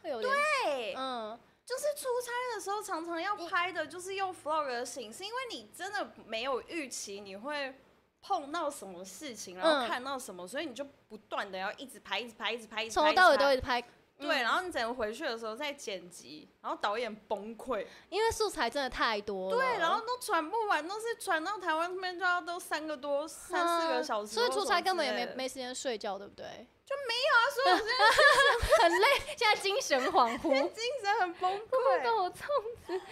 会有点对嗯。 就是出差的时候常常要拍的，就是用 vlog 的形式，因为你真的没有预期你会碰到什么事情，然后看到什么，所以你就不断的要一直拍，一直拍，一直拍，一直拍从头到尾一都直拍会拍。对，嗯然后你整个回去的时候再剪辑，然后导演崩溃，因为素材真的太多了。对，然后都传不完，都是传到台湾这边就要都三个多、三四个小时嗯所或什么之类的，以出差根本也没没时间睡觉，对不对？啊，所以我现在，很累，现在精神恍惚精神很崩溃。我粽子。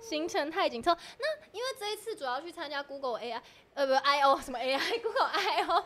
行程太紧凑，那因为这一次主要去参加 Google AI，呃，不，I O 什么 AI，Google I O，他们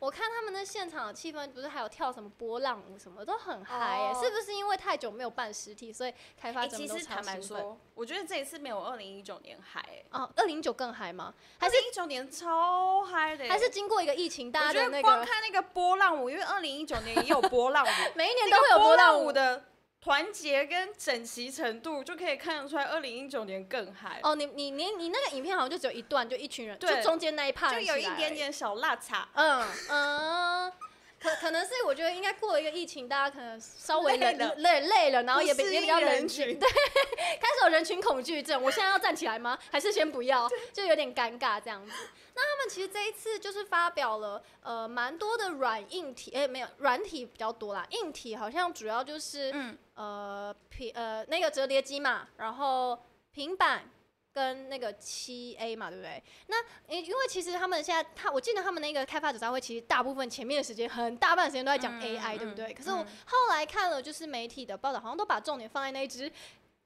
我看他们那现场的气氛，不是还有跳什么波浪舞什么，都很嗨、耶哦是不是因为太久没有办实体，所以开发哎，者其们都实超坦白兴奋？说，我觉得这一次没有二零一九年嗨、哎哦，二零九更嗨吗？还还是是一九年超嗨的耶，欸还是经过一个疫情，大我家觉的得那光个看那个波浪舞，因为二零一九年也有 波浪舞，每一年那都个会有波浪浪舞的团结跟整齐程度，就可以看得出来二零一九年更嗨，哦，你你你你那个影片好像就只有一段，就一群人，就对中间那一 part 就有人一起来而点已。点小辣差。嗯嗯嗯，可可能是我觉得应该过了一个疫情，大家可能稍微累冷了累累了，然后也比不适也应比较冷人静，群对，开始有人群恐惧症。我现在要站起来吗？还是先不要？就有点尴尬这样子。那他们其实这一次就是发表了呃蛮多的软硬体，哎、没有软体比较多啦，硬体好像主要就是嗯，呃平呃那个折叠机嘛，然后平板跟那个七 A 嘛，对不对？那诶因为其实他们现在他我记得他们那个开发者大会，其实大部分前面的时间很大半的时间都在讲嗯 AI，、嗯对不对？可是我嗯后来看了就是媒体的报道，好像都把重点放在那一只。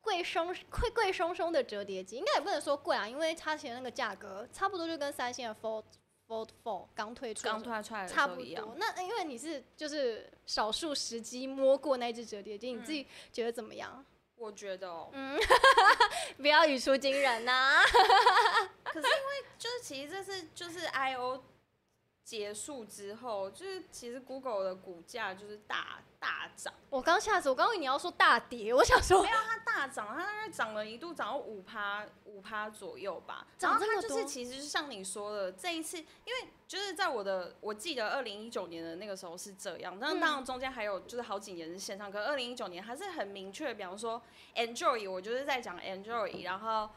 贵松贵贵松松的折叠机，应该也不能说贵啊，因为它其实那个价格差不多就跟三星的 Fold Fold Four 刚推出的时候刚推出来的时差候不一样多。。那因为你是就是少数时机摸过那只折叠机，你自嗯己觉得怎么样？ 我觉得哦，不要语出惊人呐、 就是其实这是就是 I O 结束之后，就是其实 Google 的股价就是大大涨，我刚吓死，我刚以为你要说大跌，我想说没有它大涨，它大概涨了一度涨到五趴五趴左右吧。然涨后这么它就是多其实就像你说的，这一次因为就是在我的我记得二零一九年的那个时候是这样，但嗯当然中间还有就是好几年是线上，可二零一九年还是很明确，比方说 Enjoy，我就是在讲 Enjoy，然后。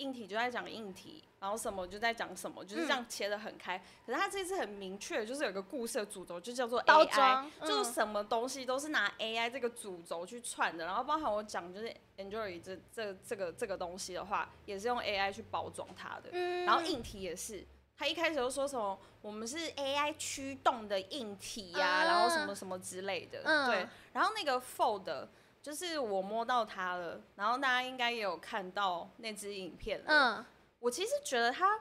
硬体就在讲硬体，然后什么就在讲什么，就是这嗯样切的很开。可是它这次很明确，就是有一个故事的主轴，就叫做 AI，包装，就嗯是什么东西都是拿 AI 这个主轴去串的，然后包含我讲就是 Android 这这这个这个东西的话，也是用 AI 去包装它的，嗯然后硬体也是。他一开始就说什么我们是 AI 驱动的硬体呀、啊然后什么什么之类的，嗯对。然后那个 Fold 就是我摸到它了，然后大家应该也有看到那支影片了。嗯，我其实觉得他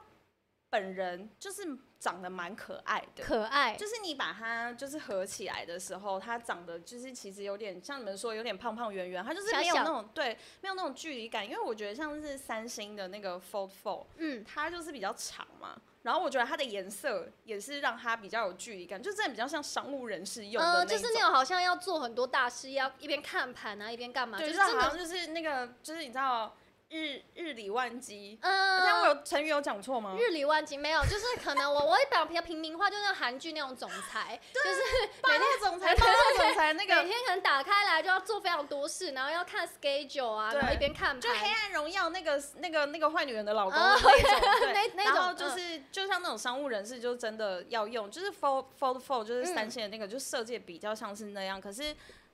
本人就是长得蛮可爱的，可爱，就是你把它就是合起来的时候，它长得就是其实有点像你们说有点胖胖圆圆，它就是没有小小那种对没有那种距离感，因为我觉得像是三星的那个 Fold Fold，嗯，它就是比较长嘛，然后我觉得它的颜色也是让它比较有距离感，就真的比较像商务人士用的那呃，就种。是那种好像要做很多大事，要一边看盘啊，一边干嘛，对，是就是真好像的，就是那个就是你知道日日理万机，这样我嗯。有成语有讲错吗？日理万机没有，就是可能我我会讲比较平民化，就那种韩剧那种总裁，就是每天总 裁，霸道总裁那每个。天可能打开来就要做非常多事，然后要看 schedule 啊，对然后一边看就《黑盘，暗荣耀》那个、那个、那个坏女人的老公的啊那种，对，那那然后种嗯就是、就像那种商务人士，就真的要用，就是 Fold Fold Fold 就是嗯三星的那个，就设计得比较像是那样，可是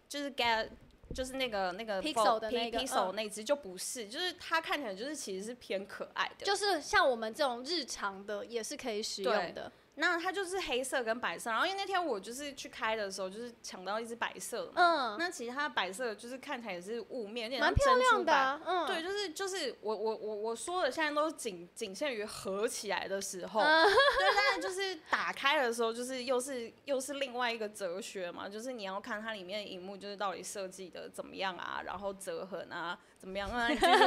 就是 Get 就是那个那个 Pixel Fold- 的那个 P- Pixel 嗯那只就不是，就是它看起来就是其实是偏可爱的，就是像我们这种日常的也是可以使对用的。那它就是黑色跟白色，然后因为那天我就是去开的时候，就是抢到一只白色的嘛，嗯，那其实它的白色就是看起来也是雾面，有点蛮像漂珍珠亮的白啊、嗯，对，就是就是我我我我说的，现在都仅仅限于合起来的时候，嗯对，但是就是打开的时候，就是又是又是另外一个哲学嘛，就是你要看它里面的荧幕就是到底设计的怎么样啊，然后折痕啊怎么样啊，你继续 问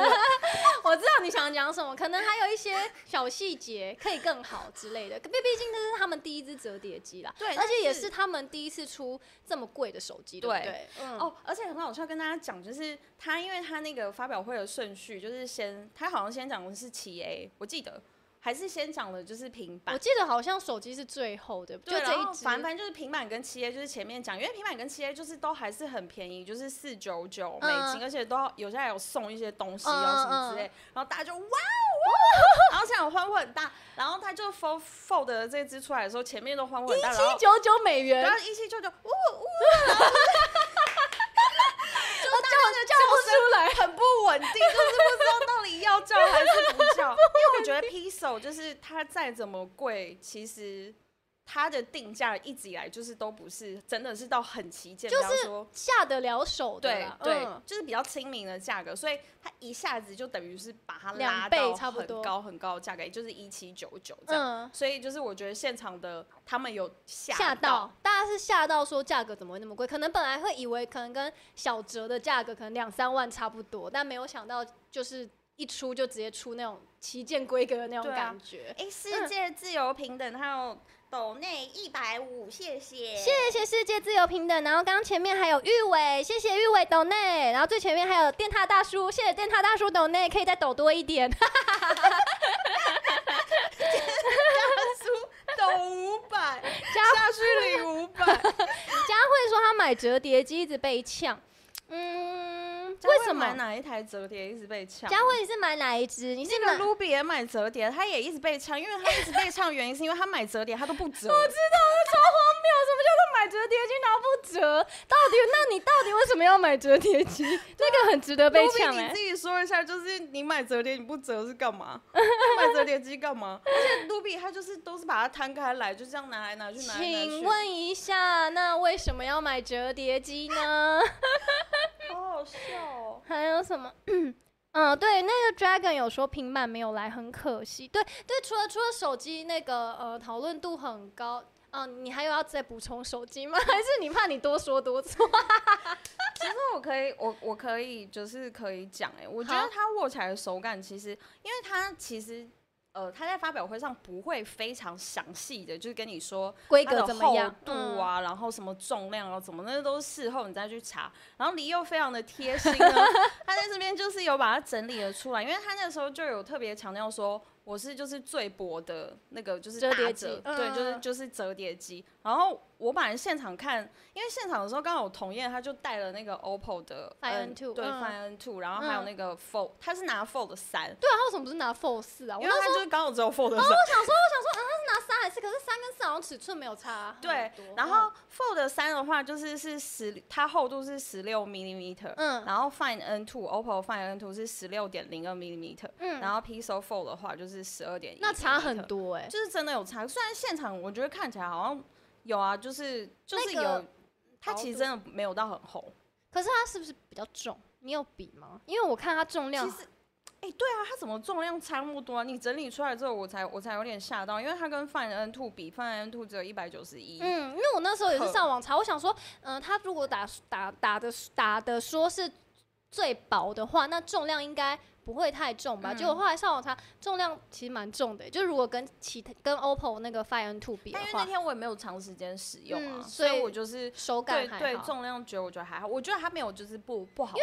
我知道你想讲什么，可能还有一些小细节可以更好之类的。毕毕竟这是他们第一只折叠机啦，对而且也但是是他们第一次出这么贵的手机，对不对对？嗯，哦，而且很好笑，跟大家讲，就是他因为他那个发表会的顺序，就是先他好像先讲的是七 A，我记得还是先讲的就是平板嗯我。记得好像手机是最后的，就对，这然一后只，反正就是平板跟七 A 就是前面讲，因为平板跟七 A 就是都还是很便宜，就是四九九美金，嗯而且都要有些还有送一些东西嗯啊嗯什么之类，然后大家就哇哦，哇哦然后现在有欢呼很大，然后他就 fold fold 的这只出来的时候，前面都欢呼很大，然七后九九美元，然叫后一七九九，呜呜，叫不出来，很不稳定，就是不知道到底要叫还是不叫，因为我觉得 Pixel 就是它再怎么贵，其实。它的定价一直以来就是都不是，真的是到很旗舰，就比方是说下得了手的对啦，对、嗯就是比较亲民的价格，所以它一下子就等于是把它两拉倍到差不很多高很高的价格，也就是一七九九这样、嗯，所以就是我觉得现场的他们有吓吓到到，大家是吓到说价格怎么会那么贵？可能本来会以为可能跟小折的价格可能两三万差不多，但没有想到就是一出就直接出那种旗舰规格的那种对啊感觉。哎、嗯世界自由平等，还有斗内一百五，谢谢，谢谢世界自由平等，然后刚刚前面还有玉伟，谢谢玉伟斗内，然后最前面还有电塔大叔，谢谢电塔大叔斗内，可以再抖多一点。 斗五百，加 下去领五百，买折叠机一直被呛，嗯，佳慧为什买么？哪一台折叠一直被抢？佳慧你是买哪一只？你是那买个 Ruby 也买折叠，他也一直被呛，因为他一直被呛，原因是因为他买折叠他都不 折。我知超荒谬！什么叫做买折叠机然后不折？到底那你到底为什么要买折叠机？那个很值得被呛哎、你自己说一下，就是你买折叠你不折是干嘛？买折叠机干嘛？而且 Ruby 他就是都是把它摊开来，就这样拿来拿去拿来拿去。请问一下，那为什么要买折叠机呢？好好笑哦。还有什么？ 嗯，对，那个 Dragon 有说平板没有来，很可惜。对对，除了除了手机那个呃讨论度很高，嗯、你还有要再补充手机吗？还是你怕你多说多错？其实我可以，我我可以就是可以讲哎、我觉好得它握起来的手感，其实因为它其实呃，它在发表会上不会非常详细的，就是跟你说规它格的怎么样嗯厚？度啊，然后什么重量啊，怎么那都是事后你再去查。然后李又非常的 贴心呢，他在这边就是有把它整理了出来，因为他那时候就有特别强调说。我是就是最薄的那个，就是折打叠折机嗯对，就是就是折叠机。然后我本来现场看，因为现场的时候刚好有同业，他就带了那个 OPPO 的 Find N- N2 对嗯 Find N Two，然后还有嗯那个 Fold，他是拿 Fold 三，对啊，他为什么不是拿 Fold 四啊？我因为那他时候哦就是刚好只有 Fold 我三，想说，我想说，啊，他是拿三还是？可是三跟四好像尺寸没有差很多。对，然后 Fold 三的话就是是十，它厚度是十六 millimeter，嗯然后 Find N Two OPPO Find N Two 是十六点零二 millimeter，嗯，然后 Pixel Fold 的话就是十二点，那差很，多哎、就是真的有差。虽然现场我觉得看起来好像有啊，就是就是那有，个它其实真的没有到很厚。可是它是不是比较重？你有比吗？因为我看它重量其实，哎、对啊，它怎么重量差那么多啊？你整理出来之后，我才我才有点吓到，因为它跟 Find N Two 比，Find N Two 只有一百九十一，嗯，因为我那时候也是克上网查，我想说，嗯、它如果打打打的打的说是最薄的话，那重量应该不会太重吧？嗯结果后来上网查，重量其实蛮重的、就如果跟其他跟 OPPO 那个 Find N Two 比的但因为那话，天我也没有长时间使用啊，嗯所所以以我就是手对感还对好。重量觉得我觉得还好，我觉得它没有就是不不好，因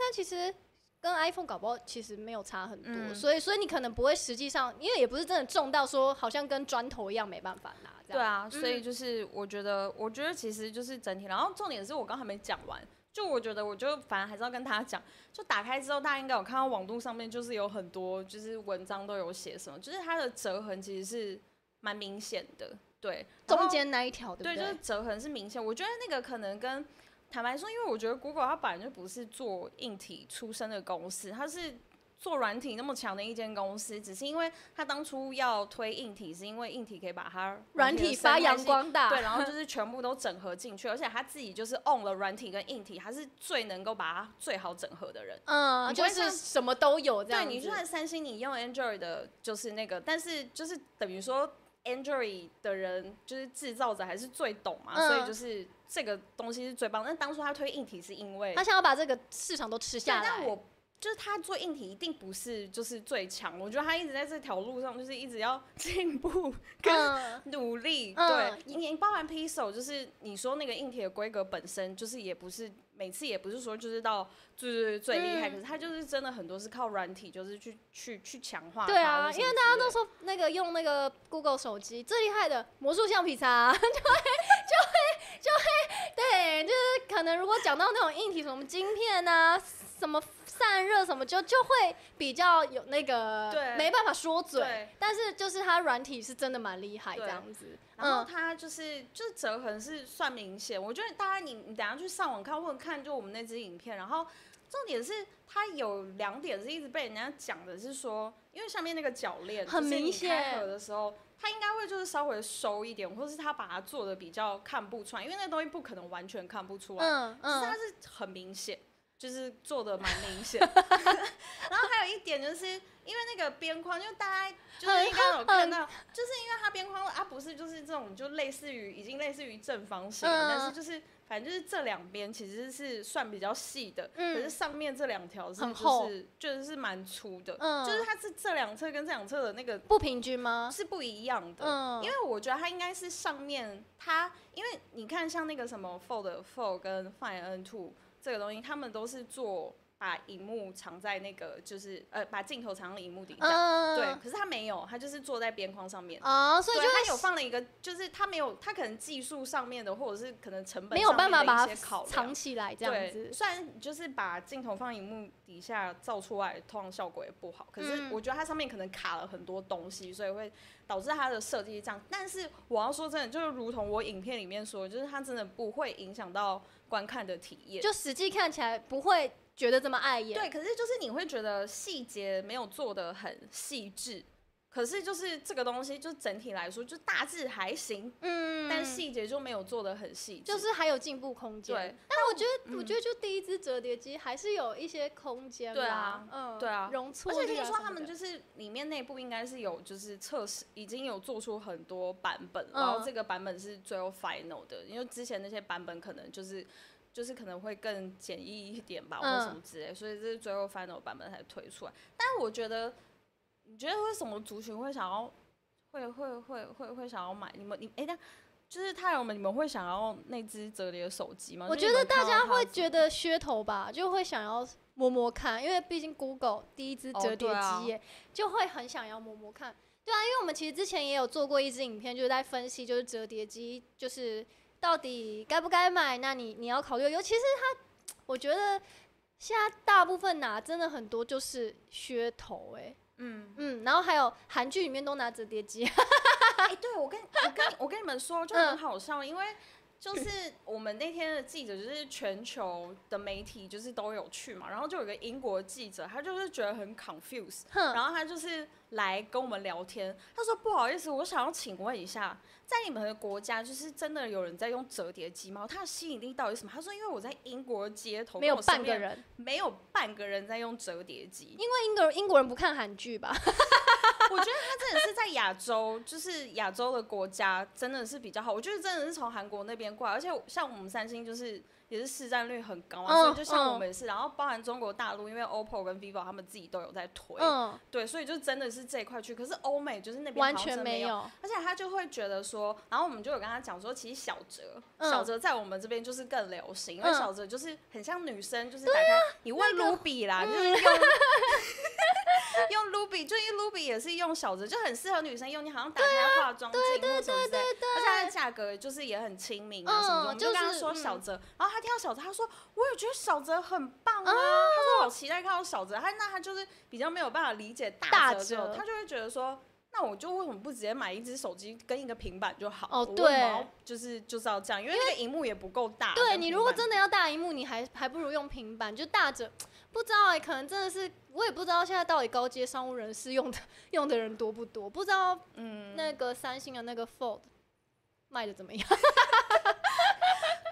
但其实跟 iPhone 搞不好其实没有差很多，嗯所以所以你可能不会实际上，因为也不是真的重到说好像跟砖头一样没办法拿这对样。啊，所以嗯就是我觉得我觉得其实就是整体，然后重点是我刚还没讲完。就我觉得，我就反正还是要跟大家讲，就打开之后，大家应该有看到网络上面就是有很多就是文章都有写什么，就是它的折痕其实是蛮明显的，对，然后中间那一条对不对，就是折痕是明显。我觉得那个可能跟坦白说，因为我觉得 Google 它本来就不是做硬体出身的公司，它是做软体那么强的一间公司，只是因为它当初要推硬体，是因为硬体可以把它软的体生态发扬系。光大。对，然后就是全部都整合进去，而且他自己就是 on 了软体跟硬体，他是最能够把它最好整合的人。嗯，你就不会是像什么都有这样对子。你就算三星，你用 Android 的，就是那个，但是就是等于说 Android 的人，就是制造者还是最懂嘛，所嗯以就是这个东西是最棒。但当初他推硬体是因为，他对，想要把这个市场都吃下来。但我就是他做硬体一定不是就是最强，我觉得他一直在这条路上就是一直要进步跟嗯努力。嗯对，你你包含 Pixel，就是你说那个硬体的规格本身，就是也不是每次也不是说就是到最最最厉害，嗯可是它就是真的很多是靠软体，就是去去去强化它或对什么啊，因之类的。为大家都说那个用那个 Google 手机最厉害的魔术橡皮擦，就 会就会就会对，就是可能如果讲到那种硬体什么晶片啊，什么散热什么，就就会比较有那个对没办法说嘴对。但是就是它软体是真的蛮厉害这对样子。然后嗯，它就是、就是折痕是算明显，我觉得大家你你等下去上网看或者看就我们那支影片，然后重点是它有两点是一直被人家讲的是说，因为上面那个铰链很就是你明显开合的时候，它应该会就是稍微收一点，或是它把它做的比较看不出来，因为那东西不可能完全看不出来，嗯就是它嗯，是很明显，就是做的蛮 明显。然后还有一点就是因为那个边框，因为大家就是应该有看到，就是因为它边框啊它不是就是这种就类似于已经类似于正方形了，嗯但是就是反正就是这两边其实是算比较细的，嗯可是上面这两条是很就厚是就是蛮粗的，嗯就是它是这两侧跟这两侧的那个不平均吗？是不一样的，嗯，因为我觉得它应该是上面它，因为你看像那个什么 Fold Fold 跟 Find N Two 这个东西，他们都是做把荧幕藏在那个就是呃把镜头藏在荧幕底下，嗯，对，可是他没有，他就是坐在边框上面。哦，所以就对，会他有放了一个，就是他没有，他可能技术上面的，或者是可能成本没有办法把它考它量藏起来这样子对，。虽然就是把镜头放荧幕底下照出来，通常效果也不好。可是嗯我觉得它上面可能卡了很多东西，所以会导致它的设计是这样。但是我要说真的，就是如同我影片里面说的，就是它真的不会影响到观看的体验。就实际看起来不会觉得这么碍眼。对，可是就是你会觉得细节没有做的很细致，可是就是这个东西，就整体来说，就大致还行，嗯但细节就没有做的很细致。就是还有进步空间。对，嗯但我觉得，我觉得就第一只折叠机还是有一些空间啦。对啊嗯，对啊容错而率啊什且么的。听说他们就是里面内部应该是有就是测试，已经有做出很多版本，嗯然后这个版本是最后 final 的，因为之前那些版本可能就是就是可能会更简易一点吧，或嗯者什么之类，所以这是最后 final 版本才推出来。但我觉得，你觉得为什么族群会想要会会会会会想要买？你们你哎、那就是太友们，你们会想要那只折叠手机吗？我觉就是你得们大看到家它会觉得噱头吧，就会想要摸摸看，因为毕竟 Google 第一只折哦叠对啊机耶、就会很想要摸摸看。对啊，因为我们其实之前也有做过一支影片，就是在分析就是折叠机就是到底该不该买，那你你要考虑，尤其是它，我觉得现在大部分拿真的很多就是噱头哎、嗯，嗯，然后还有韩剧里面都拿折叠机， 哎、对我跟我跟我跟你们说，就嗯很好笑，因为就是我们那天的记者，就是全球的媒体，就是都有去嘛，然后就有个英国记者，他就是觉得很 confused，哼，然后他就是来跟我们聊天，他说不好意思，我想要请问一下，在你们的国家，就是真的有人在用折叠机吗？它的吸引力到底是什么？他说，因为我在英国街头没有跟我身半个边人，没有半个人在用折叠机，因为英国英国人不看韩剧吧？我觉得他真的是在亚洲，就是亚洲的国家真的是比较好。我觉得真的是从韩国那边过来，而且像我们三星就是也是市占率很高嘛，啊嗯所以就像嗯我们也是。然后包含中国大陆，因为 OPPO 跟 vivo 他们自己都有在推，嗯，对，所以就真的是这一块区。可是欧美就是那边完好像全真没。没有。而且他就会觉得说，然后我们就有跟他讲说，其实小折，嗯小折在我们这边就是更流行，因嗯啊为小折就是很像女生，就是打开、你问那个嗯 Ruby 啦，就是 用用 Ruby，就因为 Ruby 也是用小折，就很适合女生用，你好像打啊开化妆镜或什么之类，而且它的价格就是也很亲民啊嗯什么的。我们就跟就他是说嗯小折，然后他听到小折，他说我也觉得小折很棒哦啊，他说我期待看到小折，他那他就是比较没有办法理解大大折之折后，他就会觉得说。那我就为什么不直接买一只手机跟一个平板就好？哦我为什对么要就是就是要这样，因为那个荧幕也不够大。对跟你平如果板真的要大荧幕，你还还不如用平板，就大着。不知道哎、可能真的是我也不知道现在到底高阶商务人士用的 用的人多不多，不知道嗯，那个三星的那个 Fold 卖的怎么样。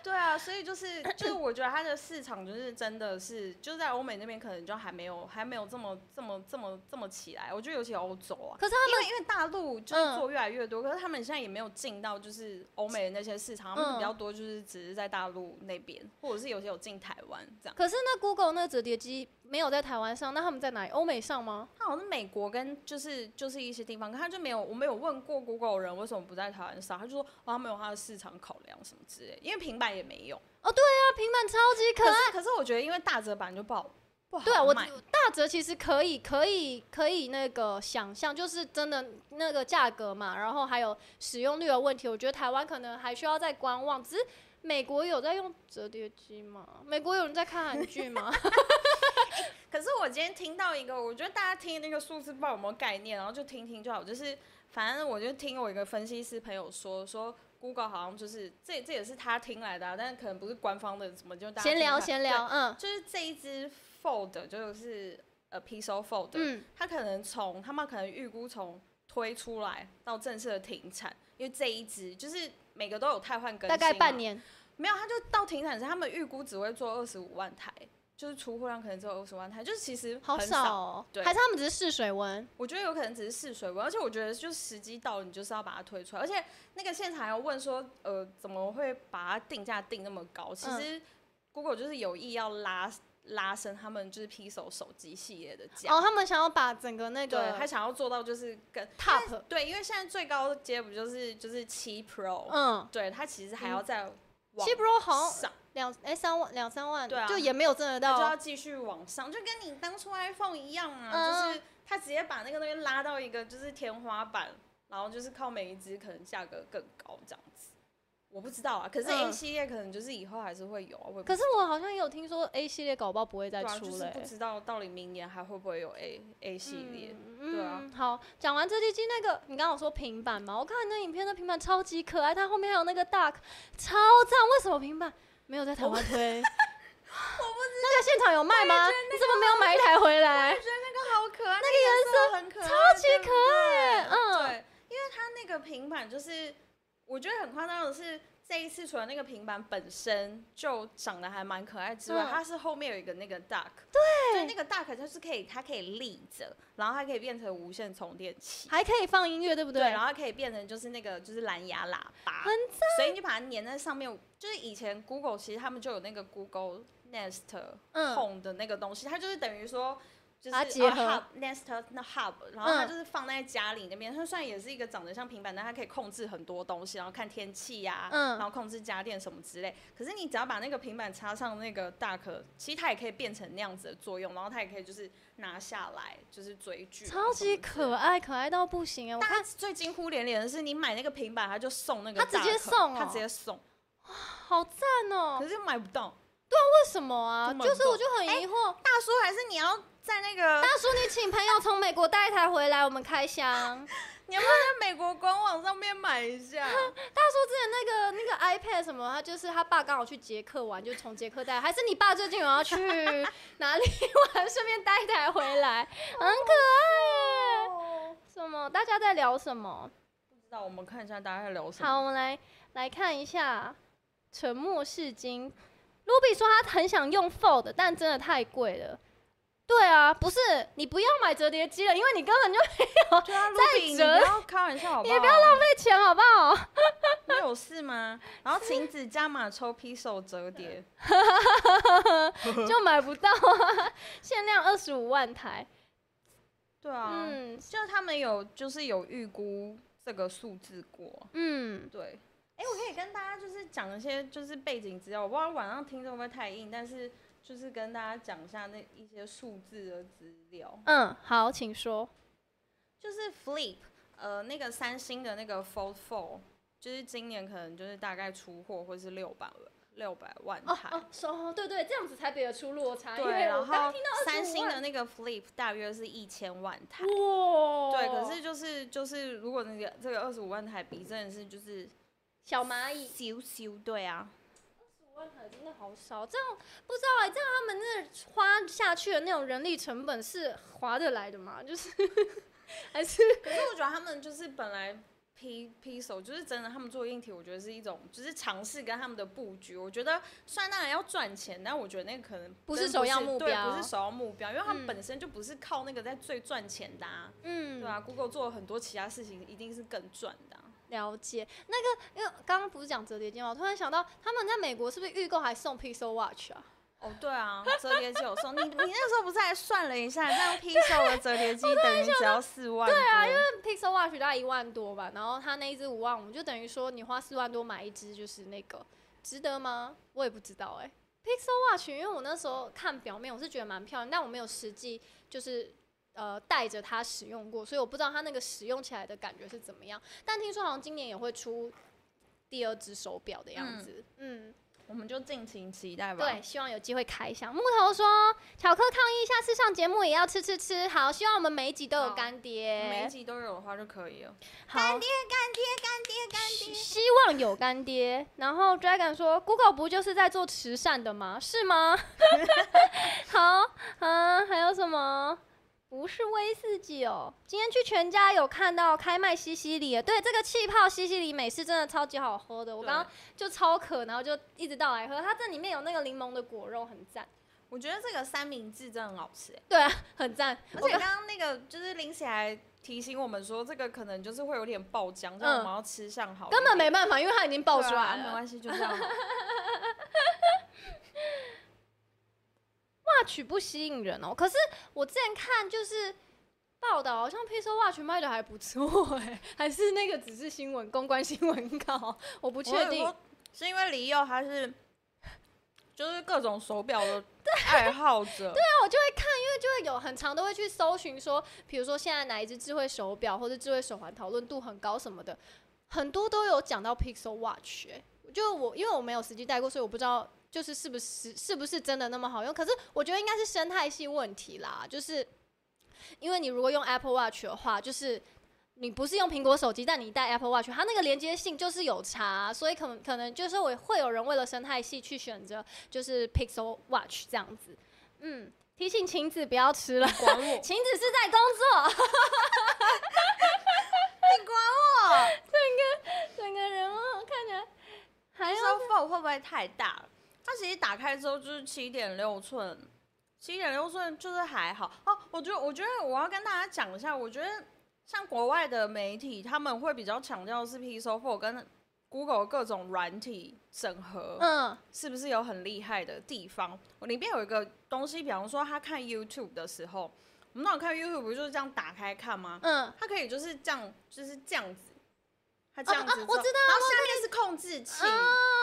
对啊，所以就是就是我觉得它的市场就是真的是就在欧美那边可能就还没有还没有这么这么这么这么起来，我觉得尤其欧洲 啊，可是他因为因为大陆就嗯是做越来越多，可是他们现在也没有进到就是欧美的那些市场，他嗯们比较多就是只是在大陆那边，或者是有些有进台湾这样。可是那 Google 那个折叠机没有在台湾上，那他们在哪里？欧美上吗？它好像是美国跟就是就是一些地方，可他就没有，我没有问过 Google 人为什么不在台湾上，他就说哦，他没有他的市场考量什么之类，因为平板也没有。那啊平板超级可可爱。是可是我觉得因为大折版就不好不好对啊，我卖大折其实可以，可以，可以那个想象，就是真的那个价格嘛，然后还有使用率的问题，我觉得台湾可能还需要再观望。只是美国有在用折叠机吗？美国有人在看韩剧吗？可是我今天听到一个，我觉得大家听那个数字不知道有没有概念，然后就听听就好。就是反正我就听我一个分析师朋友说，说 Google 好像就是这这也是他听来的、啊，但可能不是官方的，怎么 就大家闲聊听起来闲，聊，嗯对就是这一只 Fold 就是呃 Pixel Fold，、嗯，它可能从他们可能预估从推出来到正式的停产，因为这一只就是每个都有汰换更新大嘛，概半年，没有，他就到停产时，他们预估只会做二十五万台，就是出货量可能只有二十万台，就是其实好很少哦，对还是他们只是试水温？我觉得有可能只是试水温，而且我觉得就时机到了，你就是要把它推出来。而且那个现场还有问说，呃，怎么会把它定价定那么高？其嗯实 Google 就是有意要拉拉升他们就是 Pixel 手机系列的价。哦，他们想要把整个那对，个他想要做到就是跟 top，对，因为现在最高阶不就是就是七 Pro，、嗯，对，它其实还要再往七 Pro 好像上，两哎三万两三万，对啊就也没有挣得那到就要继续往上，就跟你当初 iPhone 一样啊，嗯就是他直接把那个东西拉到一个就是天花板，然后就是靠每一只可能价格更高这样子。我不知道啊，可是嗯 A 系列可能就是以后还是会有啊，我也不可知是我好像有听说 A 系列搞不好不会再对啊，出就了、是欸不知道到底明年还会不会有 A A 系列。嗯对啊嗯好，讲完这机机那个，你刚刚有说平板嘛？我看那影片，那平板超级可爱，它后面还有那个 duck，超赞。为什么平板没有在台湾 推？我不知那个现场有卖吗？你怎么没有买一台回来？好可爱，那个颜色很可爱，超级可爱嗯对，因为它那个平板就是，我觉得很夸张的是，这一次除了那个平板本身就长得还蛮可爱之外，嗯它是后面有一个那个 dock，对，那个 dock 就是可以，它可以立着，然后它可以变成无线充电器。还可以放音乐，对不啊对，然后它可以变成就是那个就是蓝牙喇叭，很所以你就把它粘在上面。就是以前 Google 其实他们就有那个 Google Nest 嗯 Home 的那个东西，它就是等于说。就是把它结合 hub, Nest 那 Hub，然后它嗯就是放在家里那边。它虽然也是一个长得像平板，但它可以控制很多东西，然后看天气呀、嗯然后控制家电什么之类。可是你只要把那个平板插上那个大壳，其实它也可以变成那样子的作用，然后它也可以就是拿下来就是追剧啊什么之超级类的，可爱，可爱到不行哎、我大看家最惊呼连连的是，你买那个平板，他就送那个他大直壳，接送哦他直接送，好赞哦、可是买不到。为什么哎啊？这么就是我懂就很疑惑。大叔还是你要在那个大叔，你请朋友从美国带一台回来，我们开箱。你要不要在美国官网上面买一下？ 大叔之前那个那个 iPad 什么，他就是他爸刚好去捷克玩，就从捷克带，还是你爸最近有要去哪里玩，顺便带一台回来，很可爱耶。什么？大家在聊什么？不知道，我们看一下大家在聊什么。好，我们来来看一下《沉默是金》。卢比说他很想用 Fold，但真的太贵了。对啊，不是你不要买折叠机了，因为你根本就对啊，卢比，你不折要开玩笑好不好？你不要浪费钱，好不好？ 你有事吗？然后晴子加码抽批手折叠，就买不到啊，限量二十五万台。对啊，嗯就是他们有就是有预估这个数字过，嗯，对，哎、我可以跟大家就是讲一些就是背景资料，我不知道晚上听着会不会太硬，但是就是跟大家讲一下那一些数字的资料，嗯，好，请说。就是 Flip，呃，那个三星的那个 Fold Four，就是今年可能就是大概出货会是六百六百万哦台。哦，说哦对对，这样子才比得出落差。因对，为然我刚后听到三星25的万那个 Flip 大约是一千万台，哇，对，可是就是就是，如果那个这个二十五万台比，真的是就是小蚂蚁咻咻，对啊， 25万台真的好少，这样不知道哎、这样他们那花下去的那种人力成本是划得来的吗？就是 还是可是我觉得他们就是本来 P P 手就是真的，他们做硬体，我觉得是一种就是尝试跟他们的布局。我觉得虽然当然要赚钱，但我觉得那个可能不是真首要目对标不是首要目标，因为他嗯们本身就不是靠那个在最赚钱的、啊，嗯对啊，Google 做了很多其他事情，一定是更赚的啊、了解，那个因为刚刚不是讲折叠机吗？我突然想到，他们在美国是不是预购还送 Pixel Watch 啊？哦，对 啊，折叠机有送你，你那时候不是还算了一下，这样 P 手的折叠机等于只要四万，对啊，因为 Pixel Watch 大概一万多吧，然后它那一只五万，我们就等于说你花四万多买一只，就是那个值得吗？我也不知道哎、Pixel Watch，因为我那时候看表面，我是觉得蛮漂亮，但我没有实际就是呃带着它使用过，所以我不知道它那个使用起来的感觉是怎么样。但听说好像今年也会出第二只手表的样子，嗯我们就敬请期待嗯吧。对，，希望有机会开箱。木头说，巧克抗议，下次上节目也要吃吃吃。好，希望我们每一集都有好干爹，每一集都有的话就可以了。好。干爹，干爹，干爹。希希望有干爹。然后 Dragon 说，Google 不就是在做慈善的吗？是吗？ 好，嗯，还有什么？不是威士忌哦，今天去全家有看到开卖西西里耶，对，这个气泡西西里美式真的超级好喝的，我对刚刚就超渴，然后就一直倒来喝，它这里面有那个柠檬的果肉，很赞，我觉得这个三明治真的很好吃、欸，很赞，而我且刚刚那个就是林起还提醒我们说，这个可能就是会有点爆浆，这样我们要吃上好一点。根本没办法，因为它已经爆对啊出来没了。关系，就这样好。 Watch 不吸引人哦。可是我之前看就是报道，好像 Pixel Watch 卖的还不错哎、还是那个只是 新闻公关新闻稿，我不不确定。是因为李佑他是就是各种手表的爱 好者。对啊，那我就会看，因为就会有很长都会去搜寻说，比如说现在哪一只智慧手表或者智慧手环讨论度很高什么的，很多都有讲到 Pixel Watch、欸。就我因为我没有实际戴过，所以我不知道就是是不是是不是真的那么好用。可是我觉得应该是生态系问题啦，就是因为你如果用 Apple Watch 的话，就是你不是用苹果手机，但你带 Apple Watch，它那个连接性就是有差，所以可能可能就是我会有人为了生态系去选择就是 Pixel Watch 这样子。 嗯，提醒晴子不要 吃了，管我，你晴子是在工 作，管我，整个人哦看起来还那有时候 f o 会不会太大了？它其实打开之后就是七点六寸，七点六寸就是还好哦。我觉得，我觉得我要跟大家讲一下，我觉得像国外的媒体他们会比较强调是 Pixel Four 跟 Google 各种软体整合，嗯是不是有很厉害的地方？我里面有一个东西，比方说他看 YouTube 的时候，我们那种看 YouTube 不就是这样打开看吗？嗯，它可以就是这样，就是这样子，它这样子之后、哦我知道然后下面是控制器，啊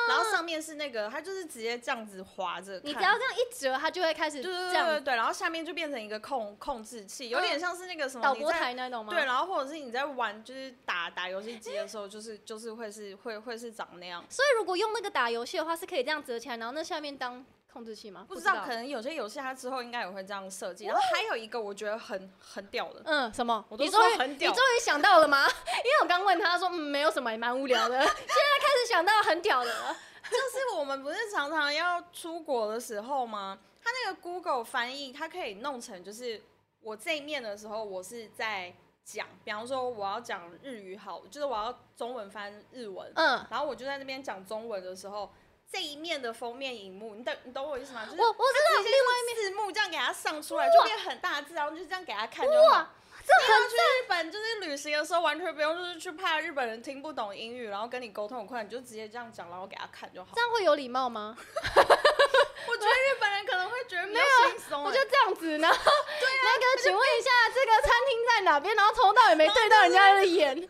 然后上面是那个，它就是直接这样子滑着看。你只要这样一折，它就会开始这对对对样对对，然后下面就变成一个控控制器，有点像是那个什么导你播在台那种吗？对，然后或者是你在玩就是打打游戏机的时候，就是就是会是会会是长那样。所以如果用那个打游戏的话，是可以这样折起来，然后那下面当控制器吗？不知道，可能有些游戏它之后应该也会这样设计。然后还有一个我觉得很很屌的，嗯，什么？我都你说终于很你屌终，于想到了吗？ 因为我刚问他说，嗯，没有什么，也蛮无聊的。现在 开始想到很屌的了。就是我们不是常常要出国的时候吗？它那个 Google 翻译，它可以弄成就是我这一面的时候，我是在讲，比方说我要讲日语好，就是我要中文翻日文，嗯，然后我就在那边讲中文的时候，这一面的封面荧幕，你懂你懂我意思吗？就是啊我我知道，另外字幕这样给它上出来，就变很大字，然后就这样给它看就好。这很去日本就是旅行的时候，完全不用就是去怕日本人听不懂英语，然后跟你沟通很困难，你就直接这样讲，然后给他看就好这。样会有礼貌吗？我觉得日本人可能会觉得没有轻松、我就这样子，然后啊那个，请问一下，这个餐厅在哪边？然后从头到尾没对到人家的眼，是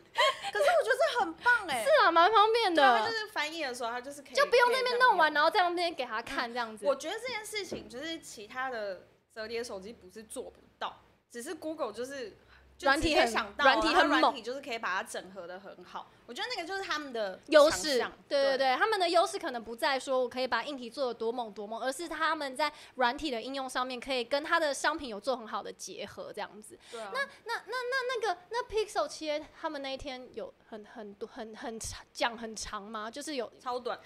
可是我觉得这很棒哎、啊，蛮方便啊对啊，他的就，是翻译的时候，他就是可以就不用那边弄。完，可以然后这样那边给他看这样这子样。我觉得这件事情就是其他的折叠手机不是做不到，只是 Google 就是就软体直接很想到，软体然后很猛软体就是可以把它整合的很好。我觉得那个就是他们的优强势项，对对对对，他们的优势可能不在说我可以把硬体做的多猛多猛，而是他们在软体的应用上面可以跟它的商品有做很好的结合，这样子。对啊那那个那 Pixel 七他们那一天有很很多很很长讲很长吗？就是有超短。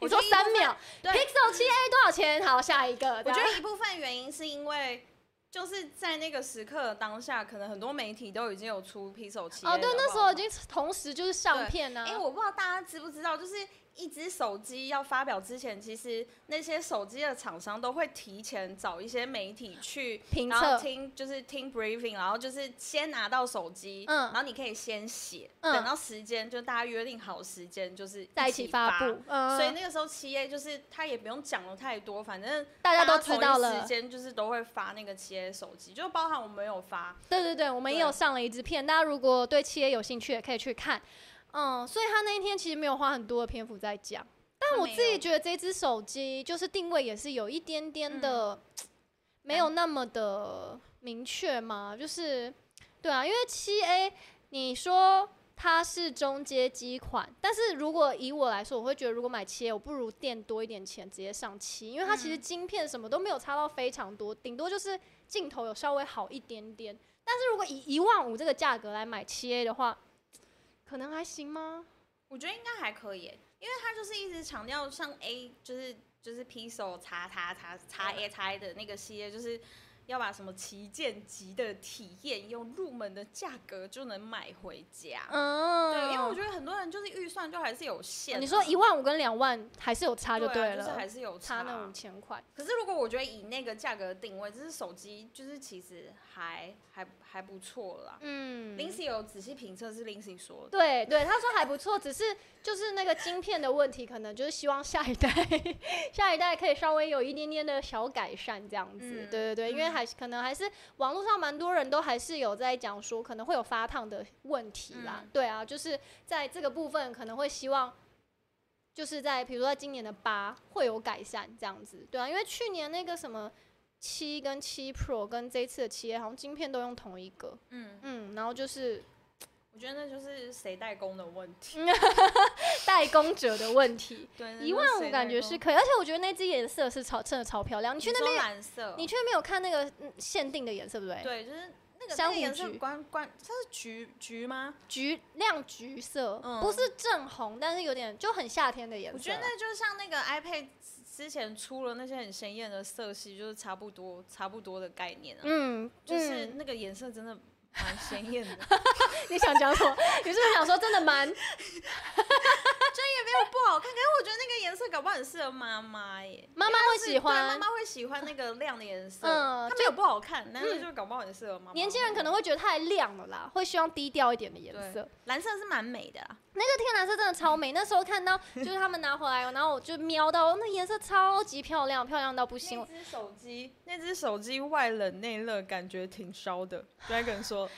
你说三秒对，Pixel 七 A 多少钱？好，下一个。我这觉样得一部分原因是因为就是在那个时刻当下，可能很多媒体都已经有出 P 手机哦，对，那时候已经同时就是上片哎、啊，我不知道大家知不知道，就是一只手机要发表之前，其实那些手机的厂商都会提前找一些媒体去。评然后测，听就是听 briefing，然后就是先拿到手机，嗯然后你可以先写，嗯等到时间就大家约定好时间，就是在一一起发发布，嗯，所以那个时候七 A 就是他也不用讲了太多，反正大家都知同一道时了。间就是都会发那个企业手机，就包含我们有发，对对对，我们也对有上了一支片，大家如果对企业有兴趣，也可以去看。嗯，所以他那一天其实没有花很多的篇幅在讲，但他我没自己有觉得这只手机就是定位也是有一点嗯点的，没有那么的明确嘛，就是对啊，因为七 A 你说它是中阶机款，但是如果以我来说，我会觉得如果买七 A，我不如垫多一点钱直接上七，因为它其实嗯晶片什么都没有差到非常多，顶多就是镜头有稍微好一点点。但是如果以一万五这个价格来买七 A 的话，可能还行吗？我觉得应该还可以耶，因为他就是一直强调像 A 就是就是 P 手叉叉叉嗯叉 A 叉 A 的那个系列，就是要把什么旗舰级的体验用入门的价格就能买回家。嗯，对，因为我觉得很多人就是预算就还是有限啊、哦你说一万五跟两万还是有差就对啊了，就是还是有差那啊五千块。可是如果我觉得以那个价格定位，就是手机就是其实还还还不错啦。嗯，林夕有仔细评测是林夕说的，对对，他说还不错，只是就是那个晶片的问题，可能就是希望下一代 下一代可以稍微有一点点的小改善这样子。嗯对对对，因为嗯还是可能还是网络上蛮多人都还是有在讲说可能会有发烫的问题啦。嗯对啊，就是在这个部分可能会希望。就是在比如说在今年的八会有改善这样子，对啊，因为去年那个什么七跟七 Pro 跟这一次的七 A 好像晶片都用同一个，嗯，嗯，然后就是我觉得那就是谁代工的问 题。代工者的问题。对，一万五感觉是可以，而且我觉得那只颜色是超，真的超漂亮。你你去那边，边蓝色，你去那边有看那个嗯限定的颜色对不对？对，就是那个珊瑚那个颜色橘关关，它是橘橘吗？橘亮橘色，嗯不是正红，但是有点就很夏天的颜色。我觉得那就像那个 iPad 之前出了那些很鲜艳的色系，就是差不多差不多的概念啊，嗯， 就是嗯那个颜色真的蛮鲜艳的。 你想讲什么？ 你是不是想说真的蛮？不好看，可是我觉得那个颜色搞不好很适合妈妈耶，妈妈会喜对啊妈欢妈，会喜欢那个亮的颜色，嗯它没有不好看，但是就搞不好很适合妈妈。年轻人可能会觉得太亮了啦，会希望低调一点的颜色。蓝色是蛮美的啦，啊天蓝色真的超美，那时候看到就是他们拿回来，然后我就瞄到哦那颜色超级漂亮，漂亮到不行那。只手机，那只手机外冷内热，感觉挺烧的。就在跟人说，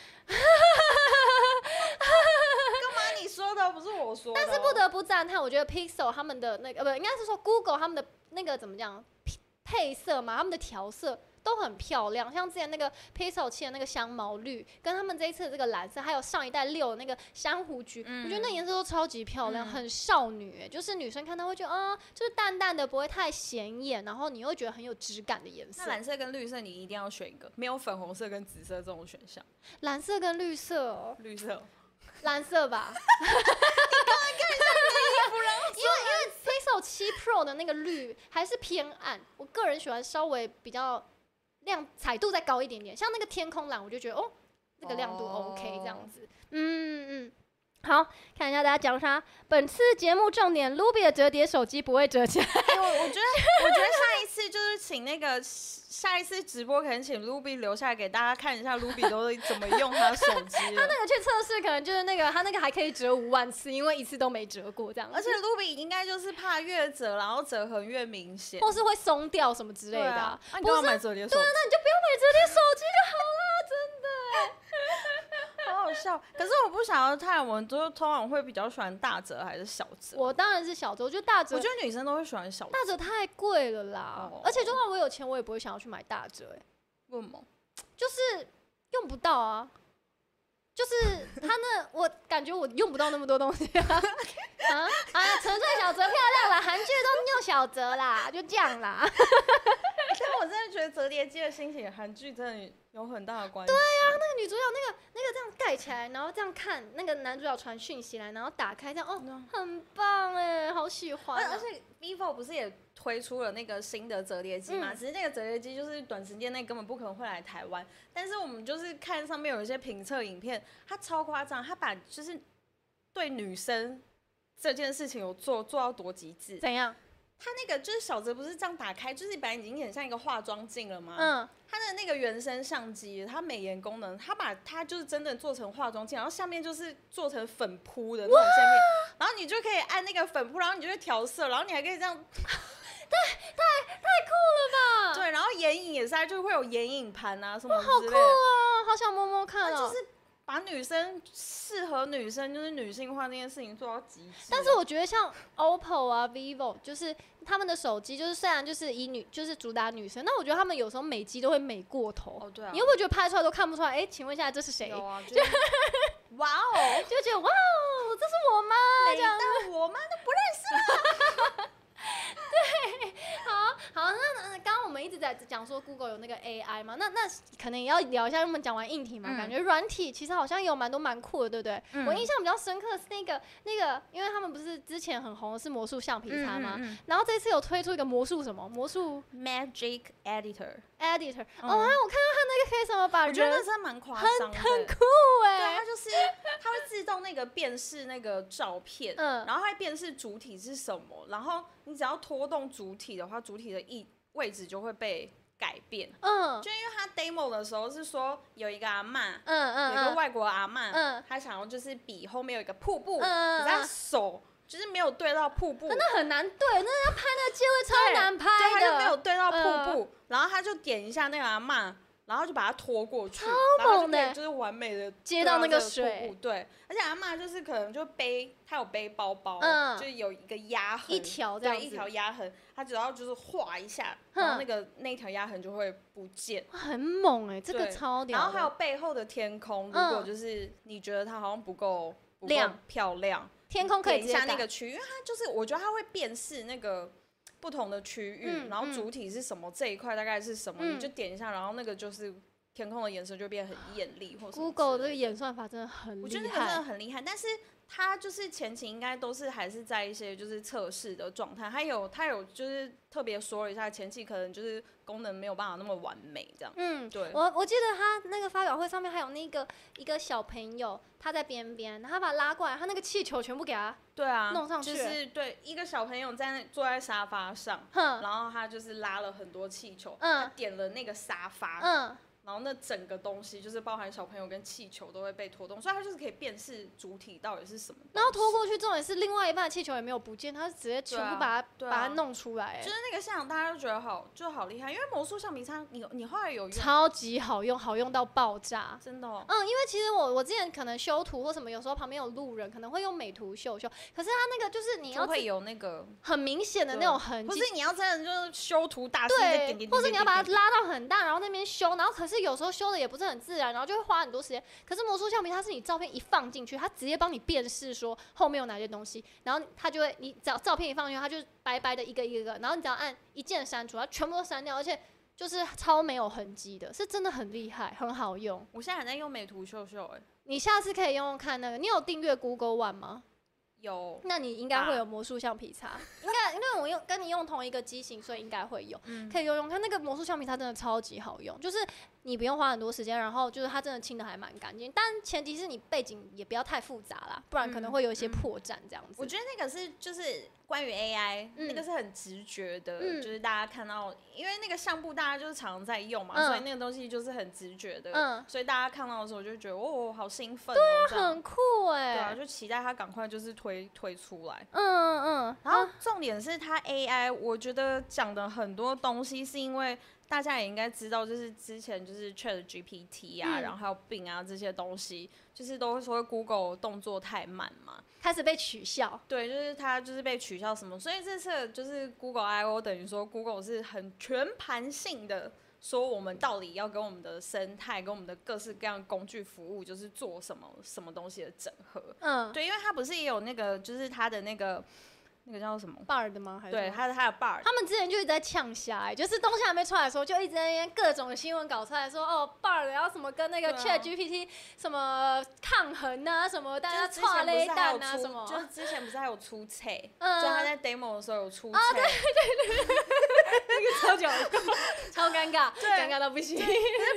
干嘛你说的不是我说的哦、但是不得不赞叹，我觉得 Pixel 他们的那个呃，不应该是说 Google 他们的那个怎么讲配配色嘛，他们的调色都很漂亮，像之前那个 Pixel 七的那个香茅绿，跟他们这一次的这个蓝色，还有上一代六的那个珊瑚橘，嗯我觉得那颜色都超级漂亮，嗯很少女、欸，就是女生看到会觉得啊、就是淡淡的，不会太显眼，然后你又会觉得很有质感的颜色那。蓝色跟绿色你一定要选一个，没有粉红色跟紫色这种选项。蓝色跟绿色、哦，绿色，蓝色 吧。因为因为 Pixel 七 Pro 的那个绿还是偏暗，我个人喜欢稍微比较亮彩度再高一点点，像那个天空蓝，我就觉得哦，这个亮度哦 OK 这样子，嗯嗯。好看一下大家讲啥。本次节目重点，Ruby 的折叠手机不会折起来。哎、我 我觉得，我觉得下一次就是请那个下一次直播，可能请 Ruby 留下来给大家看一下 Ruby 都是怎么用他手机 的。那个去测试，可能就是那个它那个还可以折五万次，因为一次都没折过这样。 而且 Ruby 应该就是怕越折，然后折痕越明显。或是会松掉什么之类对的啊啊。，那你不干是嘛买折叠手对啊，那你就不要买折叠手机就好啦，真的。好好笑。可是我不想要太，我们都通常会比较喜欢大折还是小折？ 我当然是小折，我觉得大折我觉得女生都会喜欢小折。大折太贵了啦，哦而且就算我有钱，我也不会想要去买大折、欸，为什么？就是用不到啊。就是他那，我感觉我用不到那么多东西 啊啊啊！纯粹小折漂亮啦，韩剧都用小折啦， 就这样啦。哎但我真的觉得折叠机的兴起，韩剧真的有很大的关系。对啊，那个女主角那个那个这样盖起来，然后这样看那个男主角传讯息来，然后打开这样，哦，很棒哎、好喜欢、啊而而。且 vivo 不是也推出了那个新的折叠机嘛？嗯只是那个折叠机就是短时间内根本不可能会来台湾，但是我们就是看上面有一些评测影片，它超夸张，它把就是对女生这件事情有做做到多极致。怎样？它那个就是小折不是这样打开，就是本来已经很像一个化妆镜了嘛。嗯，它的那个原生相机，它美颜功能，它把它就是真的做成化妆镜，然后下面就是做成粉扑的那种界面，然后你就可以按那个粉扑，然后你就会调色，然后你还可以这样，太酷了吧！对，然后眼影也是，它就会有眼影盘啊什么好酷之类的，啊，好想摸摸看它哦。就是把女生适合女生就是女性化这件事情做到极致。但是我觉得像 OPPO 啊、vivo，就是他们的手机，就是虽然就是以女就是主打女生，但我觉得他们有时候美肌都会美过头。哦对啊你会不会觉得拍出来都看不出来？哎、请问一下这是谁？有啊，就是哇哦，就觉得哇哦， 这是我吗？美到我妈都不认识。好，那那那刚刚我们一直在讲说 Google 有那个 AI 嘛，那那可能也要聊一下。因为我们讲完硬体嘛，嗯感觉软体其实好像有蛮多蛮酷的，对不对？嗯我印象比较深刻的是那个那个，因为他们不是之前很红的是魔术橡皮嗯擦吗？然后这次有推出一个魔术什么魔术 Magic Editor， editor，、嗯哦，还有我看到他那个可以什么把人，我觉得真的蛮夸张的，很酷对，哎、它就是它会自动那个辨识那个照片，嗯然后它会辨识主体是什么，然后你只要拖动主体的话，主体的意位置就会被改变。嗯就因为它 demo 的时候是说有一个阿嬷，嗯有一个嗯外国阿嬷，嗯她想要就是比后面有一个瀑布，嗯可嗯是她嗯手就是没有对到瀑布，真的很难对，那要拍那个机会超难对，拍他就没有的。嗯对到瀑布，然后他就点一下那个阿嬷，然然后就把它拖过去，然猛后就可的以就是完美的接到那个水对，而且阿嬷就是可能就背，她有背包包，嗯就是有一个压痕，一条这样对，子，一条压痕，她只要就是划一下，然后哼那个那条压痕就会不见。哇很猛哎、这个对超屌的。然后还有背后的天空，如嗯果就是你觉得它好像不够不够亮漂亮，天空可以点直一接下那改个区域，因为它就是我觉得它会辨识那个不同的区域，嗯然后嗯主体是什么，这一块大概是什么，嗯你就点一下，然后那个就是天空的颜色就变得很艳丽，或什么 Google 之这类个演算法真的很我觉得厉那个真害，的很厉害，但是它就是前期应该都是还是在一些就是测试的状态，还有它有就是特别说了一下，前期可能就是功能没有办法那么完美这样，嗯。对，我我记得他那个发表会上面还有那个一个小朋友，他在边边，然后他把他拉过来，他那个气球全部给他，对啊，弄上去就是对一个小朋友在那坐在沙发上，哼，然后他就是拉了很多气球，嗯点了那个沙发，嗯，然后那整个东西就是包含小朋友跟气球都会被拖动，所以它就是可以辨识主体到底是什么东西。然后拖过去，重点是另外一半的气球也没有不见，他是直接全对啊部把它、对啊把它弄出来、就哎是那个像大家都觉得好，就好厉害，因为魔术橡皮擦，你你后来有用，超级好用，好用到爆炸。真的、哦，嗯，因为其实我我之前可能修图或什么，有时候旁边有路人可能会用美图秀秀，可是他那个就是你就要会有那个，很明显的那种痕不迹，是你要真的就是修图大师在对，点点点点点或者你要把它拉到很大，然后那边修，然后可是有时候修的也不是很自然，然后就会花很多时间。可是魔术橡皮它是你照片一放进去，它直接帮你辨识说后面有哪些东西，然后它就会你只要照片一放进去，它就白白的一个一个，然后你只要按一键删除，它全部都删掉，而且就是超没有痕迹的，是真的很厉害，很好用。我现在还在用美图秀秀、哎，你下次可以用用看那个，你有订阅 Google One 吗？有，那你应该会吧有魔术橡皮擦，应该因为我用跟你用同一个机型，所以应该会有。嗯，可以用用看那个魔术橡皮，它真的超级好用，就是你不用花很多时间，然后就是它真的清的还蛮干净，但前提是你背景也不要太复杂啦，不然可能会有一些破绽这样子。嗯我觉得那个是就是关于 AI，、嗯那个是很直觉的，嗯就是大家看到，因为那个相簿大家就是常在用嘛，嗯所以那个东西就是很直觉的，嗯所以大家看到的时候就觉得哦，好兴奋、哦，对很酷哎、对啊，就期待它赶快就是推推出来。嗯嗯嗯，然后重点是它 AI，我觉得讲的很多东西是因为大家也应该知道，就是之前就是 Chat GPT 啊，嗯然后还有 Bing 啊这些东西，就是都会说 Google 动作太慢嘛，开始被取笑，对，就是它就是被取消什么，所以这次就是 Google I O 等于说 Google 是很全盘性的说我们到底要跟我们的生态、跟我们的各式各样的工具服务，就是做什么什么东西的整合。嗯，对，因为它不是也有那个，就是它的那个那个叫什么？ b a r 的吗？还是对，什么它的它的 bar， 他们之前就一直在呛虾、欸，就是东西还没出来的时候，就一直在那边各种新闻搞出来说，哦，Bard 然后什么跟那个对啊 Chat GPT 什么抗衡啊，什么大家就是之前串不是雷还有弹啊，出什么，就是之前不是还有出菜， 嗯哦就他在 demo 的时候有出菜，对 超久，超尴尬，尴尬到不行。可是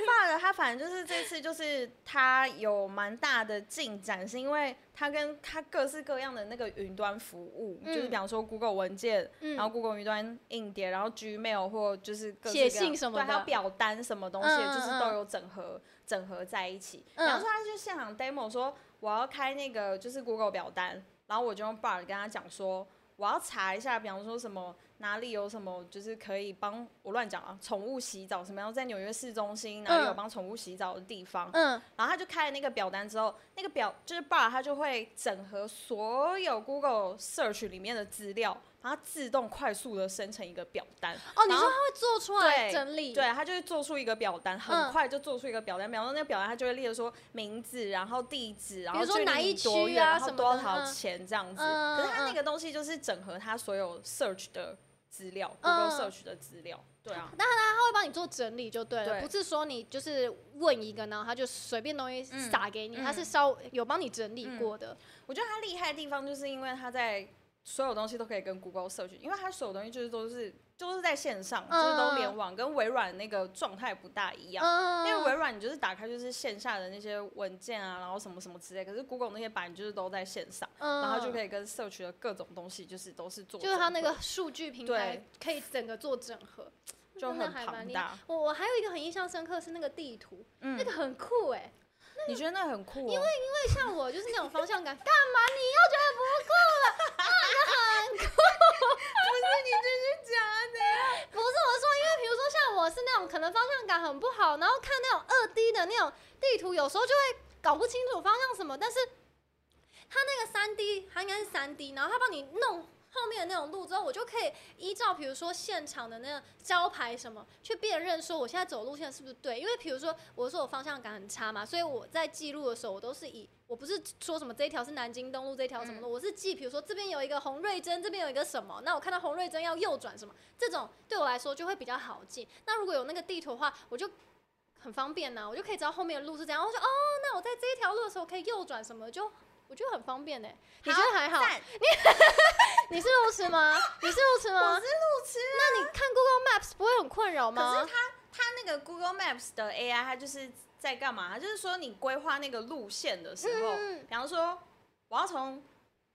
罢了，他反正就是这次就是他有蛮大的进展，是因为他跟他各式各样的那个云端服务，嗯就是比方说 Google 文件， 嗯然后 Google 云端硬碟，然后 Gmail 或就是各式各写样信什么的对，还有表单什么东西，嗯嗯就是都有整合整合在一起。嗯然后说他就现场 demo 说我要开那个就是 Google 表单，然后我就用 Bard 跟他讲说。我要查一下，比方说什么哪里有什么，就是可以帮我乱讲啊，宠物洗澡什么样，在纽约市中心哪里有嗯帮宠物洗澡的地方，嗯，然后他就开了那个表单之后，那个表就是 bar 它就会整合所有 Google search 里面的资料，然后自动快速的生成一个表单。哦，你然说后他会做出来对整理，对，它就会做出一个表单，嗯很快就做出一个表单。比方说那个表单，它就会列说名字，然后地址，然后说距离哪一你多区远啊然什后么多的少嗯钱这样子。嗯可是它嗯那个东西就是整合它所有 search 的资料、嗯 g o o g l e search 的资料。对啊，他会帮你做整理就对了，对不是说你就是问一个，然后他就随便东西嗯撒给你，嗯他是稍有帮你整理过的。我觉得它厉害的地方就是因为它在所有东西都可以跟 Google Search，因为它所有东西就是都是都是在线上，嗯就是都联网，跟微软那个状态不大一样。因嗯，为微软你就是打开就是线下的那些文件啊，然后什么什么之类，可是 Google 那些版就是都在线上，嗯然后就可以，以跟 Search 的各种东西就是都是做整合，就是他那个数据平台可以整个做整合，就真的很还蛮庞厉害。大。我我还有一个很印象深刻是那个地图，嗯那个，很酷哎、你觉得那很酷、哦？因为像我就是那种方向感，不是你这是假的。 不是我说，因为比如说像我我是那种可能方向感很不好，然后看那种二 D 的那种地图，有时候就会搞不清楚方向什么。但是它那个三 D，它应该是三 D，然后它帮你弄后面的那种路之后，我就可以依照比如说现场的那个招牌什么去辨认，说我现在走路线是不是对。因为比如说我说我方向感很差嘛，所以我在记录的时候，我都是以我不是说什么这一条是南京东路，这一条什么的，我是记，比如说这边有一个红瑞珍，这边有一个什么，那我看到红瑞珍要右转什么，这种对我来说就会比较好记。那如果有那个地图的话，我就。很方便呐、我就可以知道后面的路是怎样。我说哦，那我在这一条路的时候可以右转什么，就我觉得很方便呢、你觉得还好？赞你是路痴 吗？你是啊路痴吗？我是路痴，那你看 Google Maps 不会很困扰可吗是？它它那个 Google Maps 的 AI，它就是在干嘛？它就是说你规划那个路线的时候，嗯比方说我要从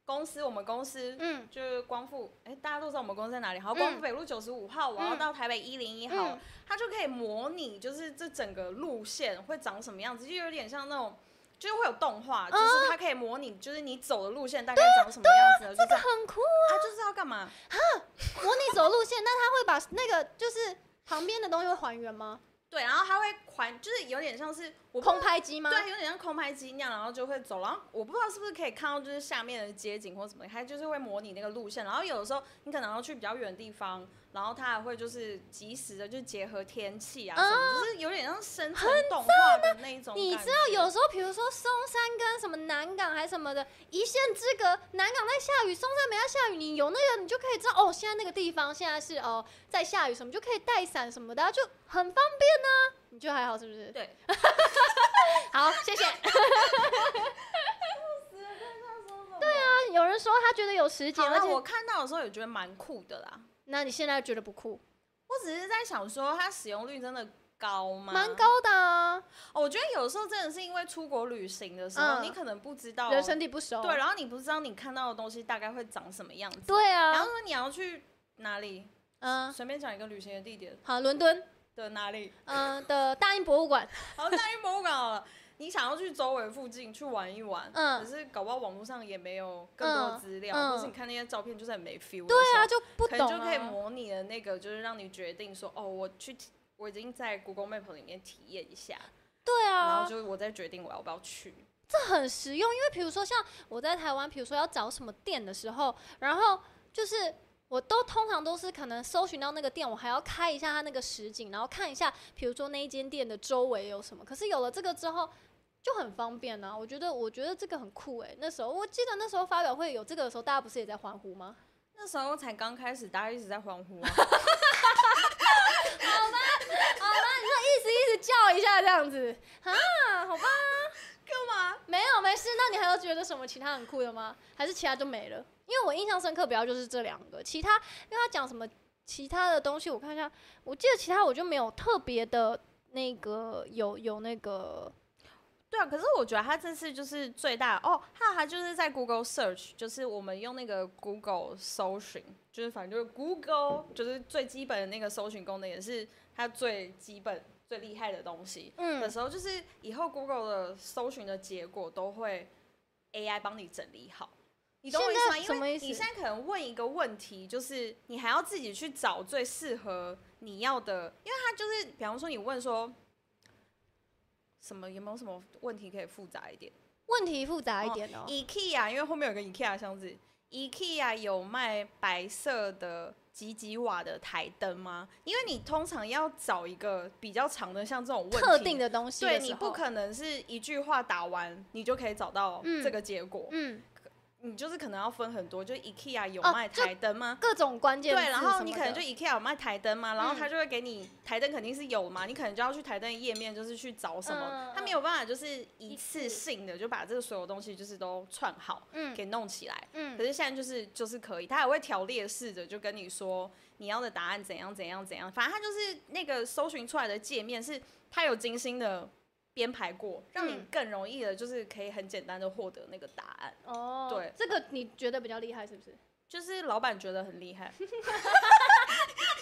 公司，我们公司嗯就是光复，哎、大家都知道我们公司在哪里。好，光复北路九十五号，我要嗯到台北一零一号，它就可以模拟，就是这整个路线会长什么样子，就有点像那种。就是会有动画，哦就是它可以模拟，就是你走的路线大概长什么样子的，就这这个样。很酷，它就是要干嘛？模拟走路线，但它会把那个就是旁边的东西会还原吗？对，然后它会还，就是有点像是我不知道空拍机吗？对，啊有点像空拍机那样，然后就会走。然后我不知道是不是可以看到，就是下面的街景或什么，它就是会模拟那个路线。然后有的时候你可能要去比较远的地方，然后它还会就是及时的就结合天气啊什么，就是有点像生成动画的那一种。啊你知道，有？时候比如说松山跟什么南港还什么的，一线之隔，南港在下雨，松山没在下雨，你有那个你就可以知道哦，现在那个地方现在是哦在下雨什么，就可以带伞什么的啊、就很方便呢、你觉得还好是不 是？对，好，谢谢。对啊。那 有人说他觉得有时间，好而了，且我看到的时候也觉得蛮酷的啦。那你现在觉得不酷，我只是在想说，它使用率真的高吗？蛮、高的啊，哦。我觉得有时候真的是因为出国旅行的时候，嗯你可能不知道人生地不熟。哦对，然后你不知道你看到的东西大概会长什么样子。对然后啊，说你要去哪里，嗯，随便讲一个旅行的地点好，伦敦，的哪里，嗯的大英博物馆，好，大英博物馆好了。你想要去周围附近去玩一玩，嗯可是搞不好网络上也没有更多的资料，嗯嗯或是你看那些照片就是很没 feel。对啊，，就不可懂能就可以啊。模拟的那个，就是让你决定说，哦，我去体，我已经在 Google Map 里面体验一下，对然啊后，就我再决定我要不要去。很实用，因为比如说像我在台湾，比如说要找什么店的时候，然后就是我都通常都是可能搜寻到那个店，我还要开一下它那个实景，然后看一下，比如说那一间店的周围有什么。可是有了这个之后。就很方便呐、我觉得，我觉得这个很酷诶、那时候我记得那时候发表会有这个的时候，大家不是也在欢呼吗？那时候才刚开始，大家一直在欢呼啊，哦意思意思叫一下这样子啊，好吧，干嘛？没有没事。那你还有觉得什么其他很酷的吗？还是其他就没了？因为我印象深刻，主要就是这两个，其他因为他讲什么其他的东西，我看一下，我记得其他我就没有特别的那个有有那个对啊，可是我觉得他这次就是最大的哦，还有他就是在 Google Search，就是我们用那个 Google 搜寻，就是反正就是 Google，就是最基本的那个搜寻功能，也是它最基本最厉害的东西。的嗯时候就是以后 Google 的搜寻的结果都会 AI 帮你整理好，你懂我意思吗？现在什因么为意思你现在可能问一个问题，就是你还要自己去找最适合你要的，因为它就是，比方说你问说什么有没有什么问题可以复杂一点问题复杂一点哦、 ？IKEA，因为后面有个 IKEA 箱子，IKEA 有卖白色的。几几瓦的台灯吗？因为你通常要找一个比较长的，像这种问题，特定的东西对的时你候，不可能是一句话打完，你就可以找到嗯这个结果。嗯你就是可能要分很多，就 IKEA 有哦卖就台灯吗？各种关键对，字然什后么你可能的就 IKEA 有卖台灯吗？然后嗯他就会给你台灯肯定是有嘛，你可能就要去台灯页面就是去找什嗯嗯么，嗯他没有办法就是一一次次性的就把这个所有东西就是都串好嗯给弄起来。嗯可是现在就是就是可以，他还会条列式的就跟你说你要的答案怎样怎样怎样，反正他就是那个搜寻出来的界面是他有精心的编排过，让你嗯更容易的，就是可以很简单的获得那个答案。哦，对这个你觉得比较厉害是不是？就是老板觉得很厉害， 大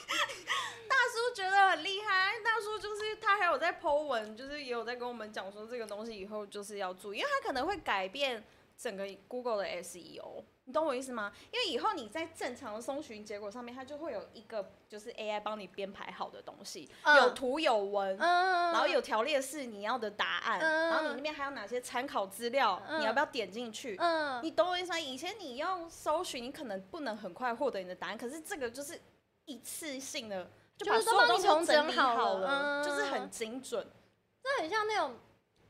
叔觉得很厉害。大叔就是他还有在 Po 文，就是也有在跟我们讲说这个东西以后就是要注意，因为他可能会改变整个 Google 的 SEO，你懂我意思吗？因为以后你在正常的搜寻结果上面，它就会有一个就是 AI 帮你编排好的东西，有嗯图有文，嗯，然后有条列式你要的答案，嗯然后你那边还有哪些参考资料，嗯你要不要点进去？嗯，你懂我意思吗？以前你要搜寻，你可能不能很快获得你的答案，可是这个就是一次性的，就就把是都所帮有东你西都重整整理好好了了，就是嗯很精准。那很像那种。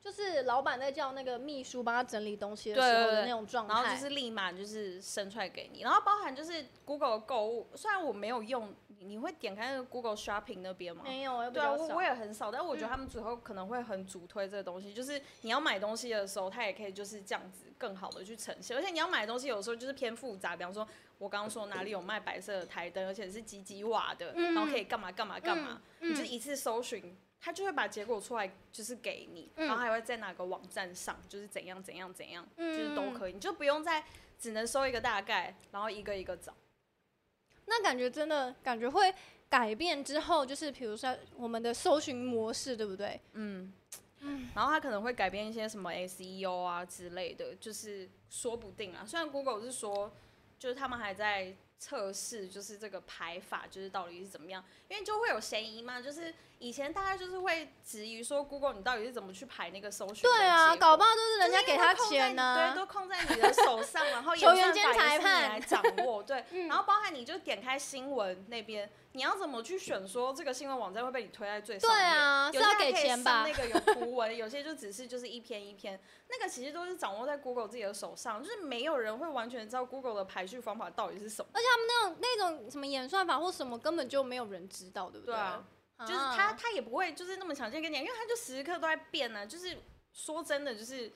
就是老板在叫那个秘书帮他整理东西的时对对候的对那种状态，然后就是立马就是生出来给你，然后包含就是 Google 的购物，虽然我没有用，你你会点开那个 Google Shopping 那边吗？没有，我也比对啊，较我少我也很少，但我觉得嗯他们最后可能会很主推这个东西，就是你要买东西的时候，它也可以就是这样子更好的去呈现，而且你要买的东西有时候就是偏复杂，比方说我刚刚说哪里有卖白色的台灯，而且是几几瓦的，嗯然后可以干嘛干嘛干嘛，嗯你就是一次搜寻。它就会把结果出来，就是给你，嗯然后还会在哪个网站上，就是怎样怎样怎样，嗯就是都可以，你就不用再只能搜一个大概，然后一个一个找。那感觉真的感觉会改变之后，就是比如说我们的搜寻模式，对不对？嗯，然后它可能会改变一些什么 SEO 啊之类的，就是说不定啊。虽然 Google 是说，就是他们还在测试，就是这个排法，就是到底是怎么样，因为就会有嫌疑嘛。就是以前大家就是会质疑说，Google 你到底是怎么去排那个搜寻的结果？对啊，搞不好好就是人家给他钱呢、对，都控在你的手上，然后球员演兼算法裁也是判嗯你来掌 握，对。然后包含你就点开新闻那边，你要怎么去选说这个新闻网站会被你推在最上对面？啊，是有些要还给可以钱上吧那？个有图文，有些就只是就是一篇一篇，那个其实都是掌握在 Google 自己的手上，就是没有人会完全知道 Google 的排序方法到底是什么。那种那种什么演算法或什么，根本就没有人知道，对不对啊，对就是他他也不会就是那么详细跟你讲，因为他就时时刻都在变呢、就是说真的，就是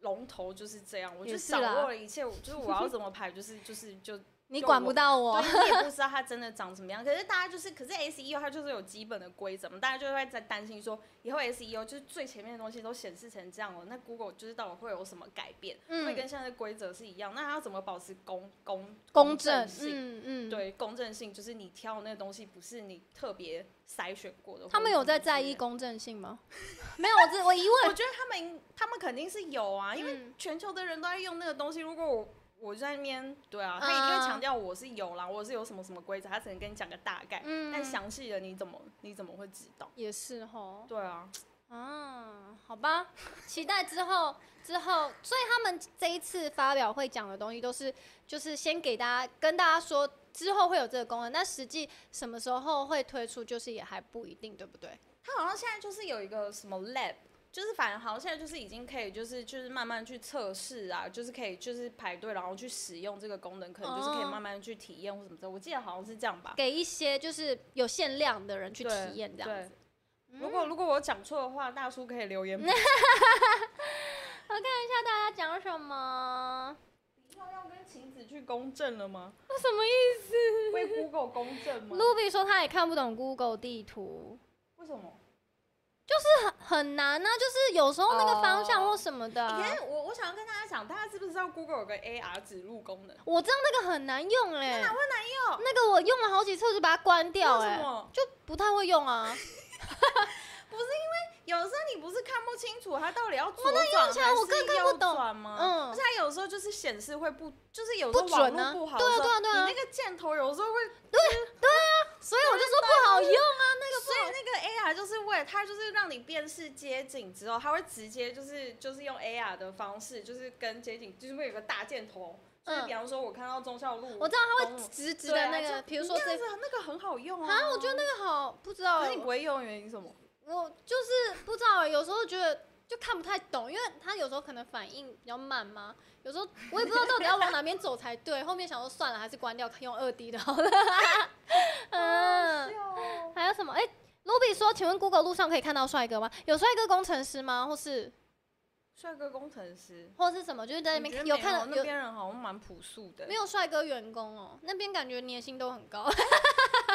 龙头就是这样，我也就是掌啦握了一切，我就是我要怎么排，就是就是就你就管我不到我。对，你也不知道它真的长什么样。可是大家就是，可是 SEO 它就是有基本的规则嘛，大家就会在担心说，以后 SEO 就是最前面的东西都显示成这样了，哦那 Google 就是到底会有什么改变？会嗯，跟现在的规则是一样，那它要怎么保持公公公正正，性？嗯嗯，。对，公正性就是你挑的那个东西不是你特别筛选过的。他们或者有在是在意之类的？公正性吗？ 没有，我只我疑 问，我觉得他们他们肯定是有啊，因为为全球的人都在用那个东西，如果我我在那边，对啊，他一定会强调我是有啦，我是有什么什么规则，他只能跟你讲个大概，嗯但详细的你怎么你怎么会知道？也是吼。对啊，啊，好吧，期待之后之后，所以他们这一次发表会讲的东西都是，就是先给大家跟大家说之后会有这个功能，那实际什么时候会推出，就是也还不一定，对不对？他好像现在就是有一个什么 lab。就是反正好像现在就是已经可以，就是就是慢慢去测试啊，就是可以就是排队，然后去使用这个功能，可能就是可以哦慢慢去体验或什么的。我记得好像是这样吧。给一些就是有限量的人去体对验这样对子。如果如果我讲错的话，大叔可以留 言。大家讲什么？要要跟晴子去公证了吗？那什么意为 Google 公证吗？ ？Ruby 说他也看不懂 Google 地图，为什么？很很难啊，就是有时候那个方向或什么的啊、以前我我想要跟大家讲，大家知不知道 Google 有个 AR 指路功能？我知道那个很难用哎、哪会难用？那个我用了好几次，我就把它关掉为哎、什么？就不太会用啊。 有的时候你不是看不清楚它到底要左转起来还我更是看不右懂转吗？嗯而且它有时候就是显示会不，就是有时候不网准络啊不好的对啊时候，对啊对啊你那个箭头有时候会，所以我就说不好用啊，那个所以那个 AR 就是为了它就是让你辨识街景之后，它会直接就是就是用 AR 的方式，就是跟街景就是会有个大箭头，就是嗯比方说我看到忠孝路，我知道它会直直的那对啊个，就比如说你这样子那个很好用啊啊，我觉得那个好不知道可欸，是你不会用的原因是什么？我就是不知道欸，有时候觉得就看不太懂，因为它有时候可能反应比较慢嘛，有时候我也不知道到底要往哪边走才 对。后面想说算了，还是关掉，用二 D 的好了。嗯，还有什么？哎、卢比说，请问 Google 路上可以看到帅哥吗？有帅哥工程师吗？或是帅哥工程师，或是什么？就是在那我觉边得有美看容到那有边人好像蛮朴素的没，有帅哥员工哦？那边感觉年薪都很高。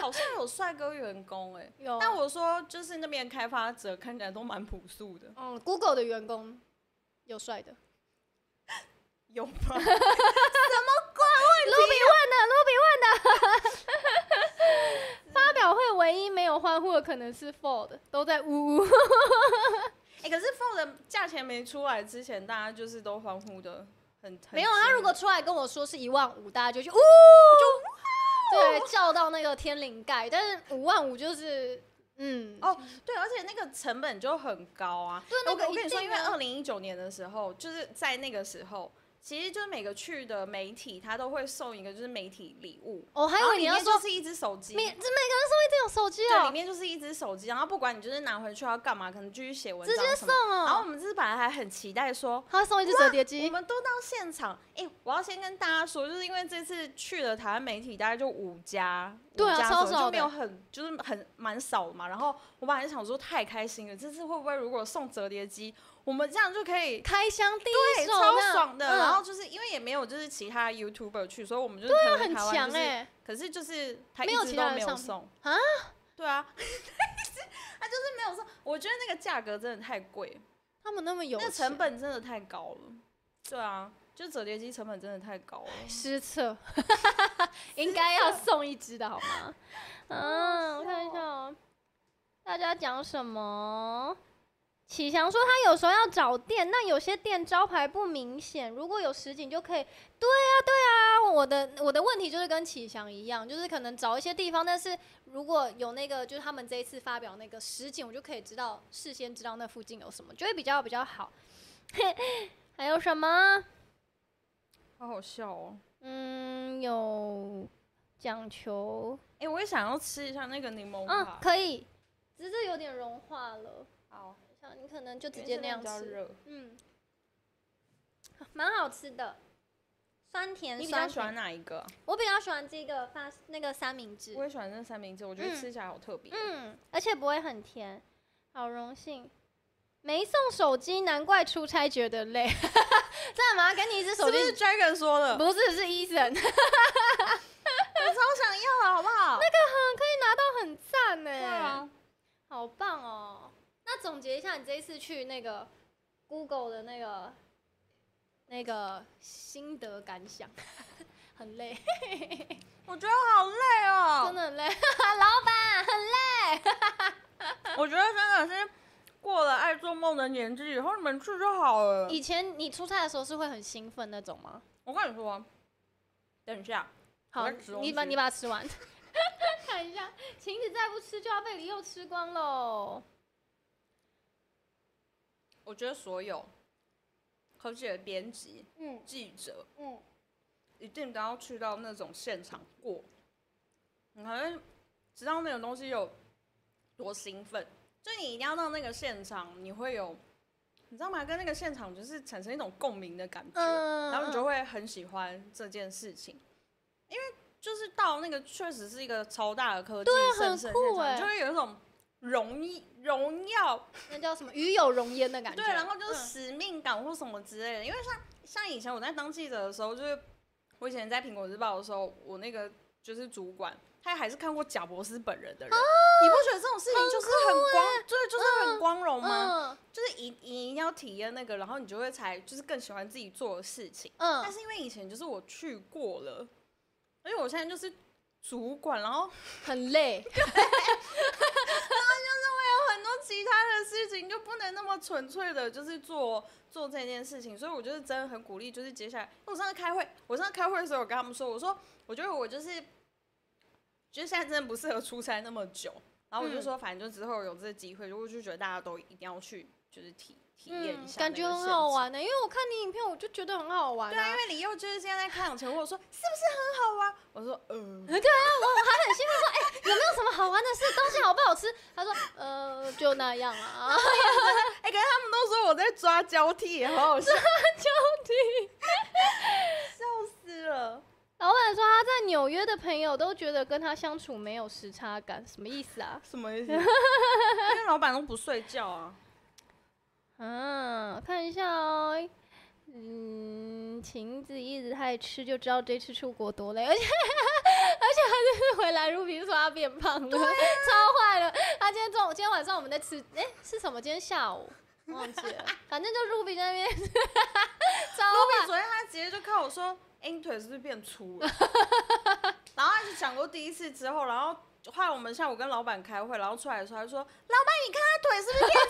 好像有帅哥员工哎、有，但我说就是那边开发者看起来都蛮朴素的，嗯，Google 的员工有帅的。有吗？卢比问的，卢比问的。 发表会唯一没有欢呼的可能是 Ford，都在呜呜。欸哎、可是 Fold 的价钱没出来之前，大家就是都欢呼的很很没有啊，惊他如人果出来跟我说是一万五，大家就去呜，对，叫到那个天灵盖。但是五万五就是，嗯，哦，对，而且那个成本就很高啊。对那我个跟我跟你一说，定因为啊二零一九年的时候，就是在那个时候，其实就是每个去的媒体，他都会送一个就是媒体礼物。哦，还然后有里你要面说就是一只手机，每这每个人送一定有手机对，里哦，面就是一只手机，然后不管你就是拿回去要干嘛，可能继续写文直章接什送么。然后我哦，们就是本来还很期待说，他送一只折叠我机，们都到现场，哎、我要先跟大家说，就是因为这次去了台湾媒体大概就五家，对啊五家超左右少就没有的很就是很蛮少嘛。然后我本来想说太开心了，这次会不会如果送折叠机，我们这样就可以。开箱第对，一手超那样，爽的。嗯然后就是因为也没有就是其他 YouTuber 去，所以我们就是对很强哎、哎，可是就是他一没有直其都他的没有上送啊。对啊，他就是没有送。我觉得那个价格真的太贵，他们那么有那钱，成本真的太高了。对啊，就折叠机成本真的太高了。失 策，应该要送一只的好吗？ 嗯，我看一下哦，大家讲什么？启强说他有时候要找店，那有些店招牌不明显，如果有实景就可以。对啊，对啊，我的我的问题就是跟启强一样，就是可能找一些地方，但是如果有那个就是他们这一次发表那个实景，我就可以知道事先知道那附近有什么，就会比较比较好。 还有什么？好好笑哦！嗯，有讲求，哎、我也想要吃一下那个柠檬嗯，塔。可以，只是有点融化了，好，像你可能就直因为接那这边样比较吃，热。嗯，蛮好吃的，酸甜你比酸较喜甜。欢哪一个啊？我比较喜欢这个发那个三明治我，也喜欢那三明治，我觉得嗯吃起来好特别。嗯，而且不会很甜，好荣幸。没送手机，难怪出差觉得累。 真的吗？给你一只手是不机，是 Dragon 说的？不是是医生， 我超想要了，好不好？那很赞欸呢。对啊，好棒哦！那总结一下，你这一次去那个 Google 的那个那个心得感想， 很累，我觉得好累哦。真的很累，老板很累。我觉得真的是过了爱做梦的年纪以后，你们去就好了。以前你出差的时候是会很兴奋那种吗？我跟你说，等一下，好我在吃，东你把西你把它吃完。 看一下，晴子再不吃就要被李佑吃光喽。我觉得所有科技的编辑、嗯记者嗯，一定都要去到那种现场过，你才会知道那种东西有多兴奋。就你一定要到那个现场，你会有，你知道吗？跟那个现场就是产生一种共鸣的感觉。嗯然后你就会很喜欢这件事情，因为就是到那个确实是一个超大的科技很盛世的酷现场，欸你就会有一种荣誉荣耀，那叫什么与有荣焉的感觉。对，然后就是嗯使命感或什么之类的。因为像像以前我在当记者的时候，就是我以前在苹果日报的时候，我那个就是主管。他还是看过贾博士本人的人，啊你不觉得这种事情就是很光，对，就是很光荣吗？欸嗯就是一你一定要体验那个，然后你就会才就是更喜欢自己做的事情。但嗯，是因为以前就是我去过了，而且我现在就是主管，然后有很累。很多其他的事情就不能那么纯粹的，就是做做这件事情。所以我就是真的很鼓励，就是接下来，因为我上次开会，我上次开会的时候，我跟他们说，我说我觉得我就是，觉得现在真的不适合出差那么久。然后我就嗯说，反正就之后有这个机会，如果就觉得大家都一定要去，就是体体验一嗯下、感觉很好。玩呢、欸因为我看你影片，我就觉得很好玩、啊。对啊，因为李佑就是现在在开场前问我说是不是很好玩，我说呃，啊他很兴奋说：“哎、有没有什么好玩的事？东西好不好吃？”他说：“呃，就那样啊。 哎、可是他们都说我在抓交替，也好好笑，笑死 了。”老板说他在纽约的朋友都觉得跟他相处没有时差感，什么意思啊？什么意 思？因为老板都不睡觉啊。嗯、啊，看一下哦。嗯，晴子一直太吃，就知道这次出国多累，而且而且他这次回来，如萍说他变胖了，超坏了。他今天中午，今天晚上我们在吃，哎、是什么？今天下午忘记了，反正就如萍在那边 超 老坏板。昨天他直接就看我说：“哎、你腿是不是变粗 了？”然后他就讲过第一次之后，然后后来我们下午跟老板开会，然后出来的时候，他就说：“老板，你看他腿是不是变